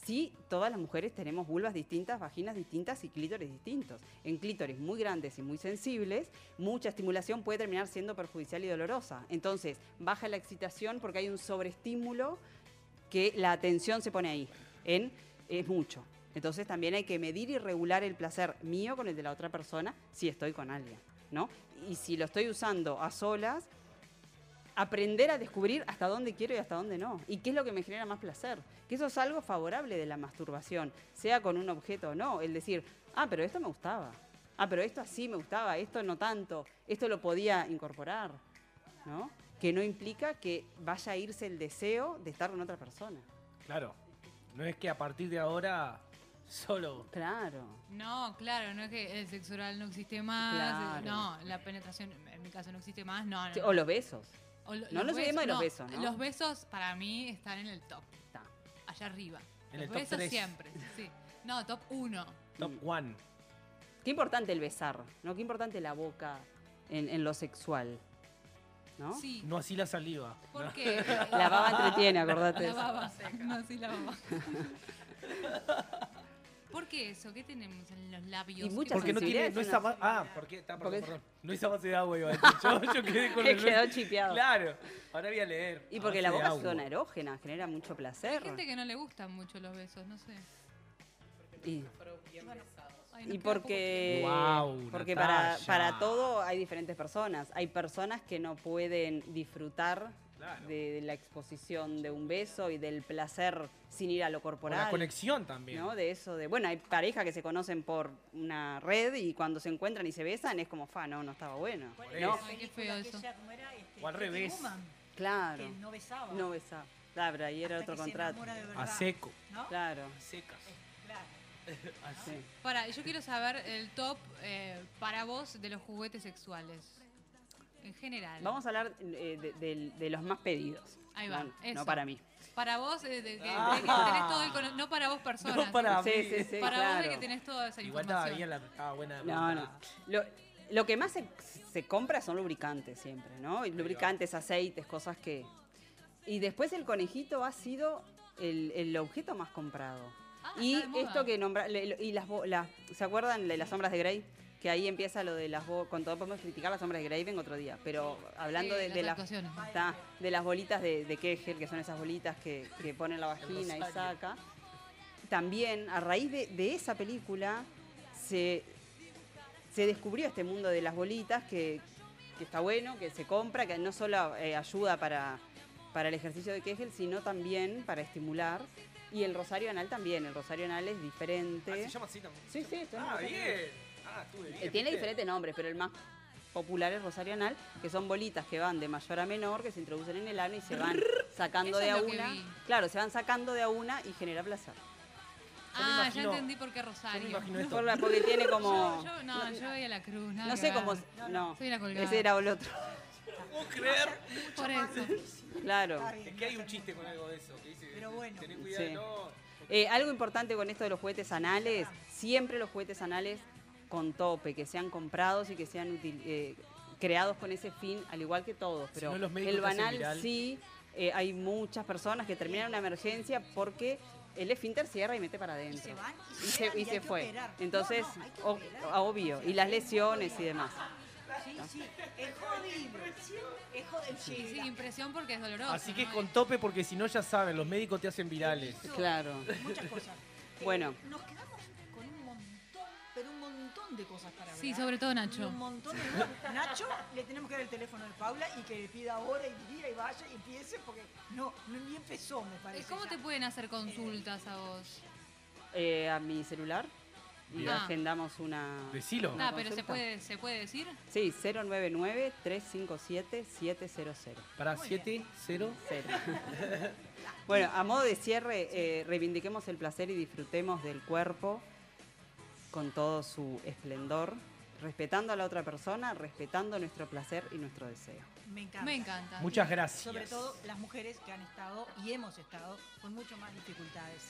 Sí, todas las mujeres tenemos vulvas distintas, vaginas distintas y clítoris distintos. En clítoris muy grandes y muy sensibles, mucha estimulación puede terminar siendo perjudicial y dolorosa. Entonces, baja la excitación porque hay un sobreestímulo que la atención se pone ahí, en es mucho. Entonces también hay que medir y regular el placer mío con el de la otra persona si estoy con alguien, ¿no? Y si lo estoy usando a solas, aprender a descubrir hasta dónde quiero y hasta dónde no. Y qué es lo que me genera más placer. Que eso es algo favorable de la masturbación, sea con un objeto o no. El decir, ah, pero esto me gustaba. Ah, pero esto así me gustaba, esto no tanto. Esto lo podía incorporar, ¿no? que no implica que vaya a irse el deseo de estar con otra persona.
Claro. No es que a partir de ahora solo.
Claro.
No, claro, no es que el sexo oral no existe más.
Claro.
eh, No, la penetración en mi caso no existe más. No, no,
Sí,
no.
O los besos.
O lo-
no los
besos,
olvidemos de los besos, ¿no?
Los besos para mí están en el top. Allá arriba.
En
los
el top
besos
tres.
siempre. Sí. No, top uno.
Top one.
Mm. Qué importante el besar, ¿no? Qué importante la boca en, en lo sexual. ¿No?
Sí.
No así la saliva.
¿Por
No.
qué?
La baba entretiene, acordate.
La baba. No, sí, la baba. ¿Por qué eso? ¿Qué tenemos en los labios? ¿Qué
Porque no tiene, no es a base, ah, porque, está, perdón, perdón. no es a base de agua, iba a decir. Yo, yo quedé con el
Quedó chipeado.
Claro, ahora voy a leer.
Y
A
porque
base
la
de
boca es
agua.
zona erógena, genera mucho placer.
Hay gente que no le gustan mucho los besos, no sé.
Y,
Ay,
y
nos queda poco
porque,
tiempo.
Guau,
porque para,
Natalia.
para todo hay diferentes personas. Hay personas que no pueden disfrutar de, de la exposición de un beso y del placer sin ir a lo
O
corporal.
la conexión también.
¿no? De eso, de, bueno, hay parejas que se conocen por una red y cuando se encuentran y se besan es como, fa, no, no estaba bueno. ¿no?
Ay, qué feo eso.
este.
O al revés.
Claro.
Que no besaba.
No besaba. Claro, ahí era
Hasta
otro
que se
contrato.
enamora de verdad.
A seco.
¿No?
Claro.
secas.
Sí.
Para, yo quiero saber el top eh, para vos de los juguetes sexuales. En general.
Vamos a hablar eh, de, de- de los más pedidos.
Ahí va,
No,
eso.
no para mí.
Para vos, eh, de, que- de que
Ah.
tenés todo el cono- no para vos personas.
No para
Sí,
mí.
sí, sí, para vos de
claro.
que tenés toda esa
Igual estaba
información.
bien la. Estaba buena. la
No, no.
pregunta.
Lo, lo que más se, se compra son lubricantes siempre, ¿no? Y Lubricantes, aceites, cosas que. Y después el conejito ha sido el, el objeto más comprado. y
Ah, está de moda.
esto que nombra. le- lo- y las, bo- las- ¿Se acuerdan de las sombras de Grey? Que ahí empieza lo de las. bo- Con todo podemos criticar las sombras de Grey, vengo otro día. Pero hablando
Sí,
de,
las
de las-
actuaciones.
está, de las bolitas de, de Kegel, que son esas bolitas que, que ponen la vagina y
rosario.
saca. También, a raíz de- de esa película, se, se descubrió este mundo de las bolitas que, que está bueno, que se compra, que no solo eh, ayuda para, para el ejercicio de Kegel, sino también para estimular. Y el rosario anal también, el rosario anal es diferente.
Ah, se llama así también.
Sí, sí, está
Ah,
en el
bien.
rosario.
Ah, estuve bien.
Eh, Tiene
¿viste?
diferentes nombres, pero el más popular es rosario anal, que son bolitas que van de mayor a menor, que se introducen en el ano y se van sacando
Eso
de
es
a
lo que
una.
vi.
Claro, se van sacando de a una y genera placer.
Ah,
imagino-
ya entendí por qué Rosario.
imagino esto. Por la- porque tiene como-
Yo, yo- no, yo voy a la cruz. nada
No
que
sé
ver.
cómo. No,
Soy la colgada.
ese era el otro.
¿Puedo creer?
Por eso.
Claro.
Es que hay un chiste con algo de eso. Que dice, Pero bueno. Tenés cuidado,
Sí.
no.
Eh, algo importante con esto de los juguetes anales, siempre los juguetes anales con tope, que sean comprados y que sean util- eh, creados con ese fin, al igual que todos.
Si
Pero
no, los médicos
el
te hacen
banal
viral.
sí, eh, hay muchas personas que terminan una emergencia porque el esfínter cierra y mete para adentro.
se van,
Y se,
y
y
hay
se
que
fue.
operar. No,
Entonces,
no, hay que
o-
operar.
obvio, y las lesiones y demás.
Sí, sí. Es jodido. Es jodido.
Sí, sí, impresión porque es doloroso.
Así que
¿no?
con tope, porque si no, ya saben, los médicos te hacen virales.
Claro.
Muchas cosas. Eh,
Bueno.
Nos quedamos con un montón, pero un montón de cosas para hablar.
Sí, sobre todo Nacho.
Y Un montón de- Nacho, le tenemos que dar el teléfono de Paula y que le pida ahora y día y vaya y empiece porque no, no ni empezó, me
Eh,
parece.
¿Cómo te pueden hacer consultas a vos?
Eh, a mi celular y
Bien. Ah.
agendamos una.
Decilo.
una
No, pero se
consulta.
puede, se puede decir.
Sí, 099-357-700.
Para 7, 0.
Bueno, a modo de cierre, eh, reivindiquemos el placer y disfrutemos del cuerpo con todo su esplendor, respetando a la otra persona, respetando nuestro placer y nuestro deseo.
Me encanta.
Me encanta.
Muchas gracias.
Sobre todo las mujeres que han estado y hemos estado con mucho más dificultades.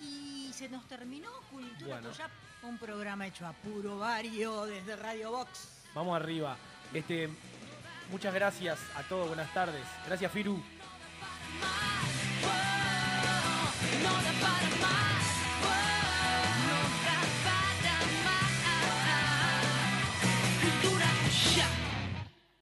Y se nos terminó Cultura
Bueno.
Toyap, un programa hecho a puro vario desde Radio Box.
Vamos arriba. Este, muchas gracias a todos. Buenas tardes. Gracias, Firu.
No da para más.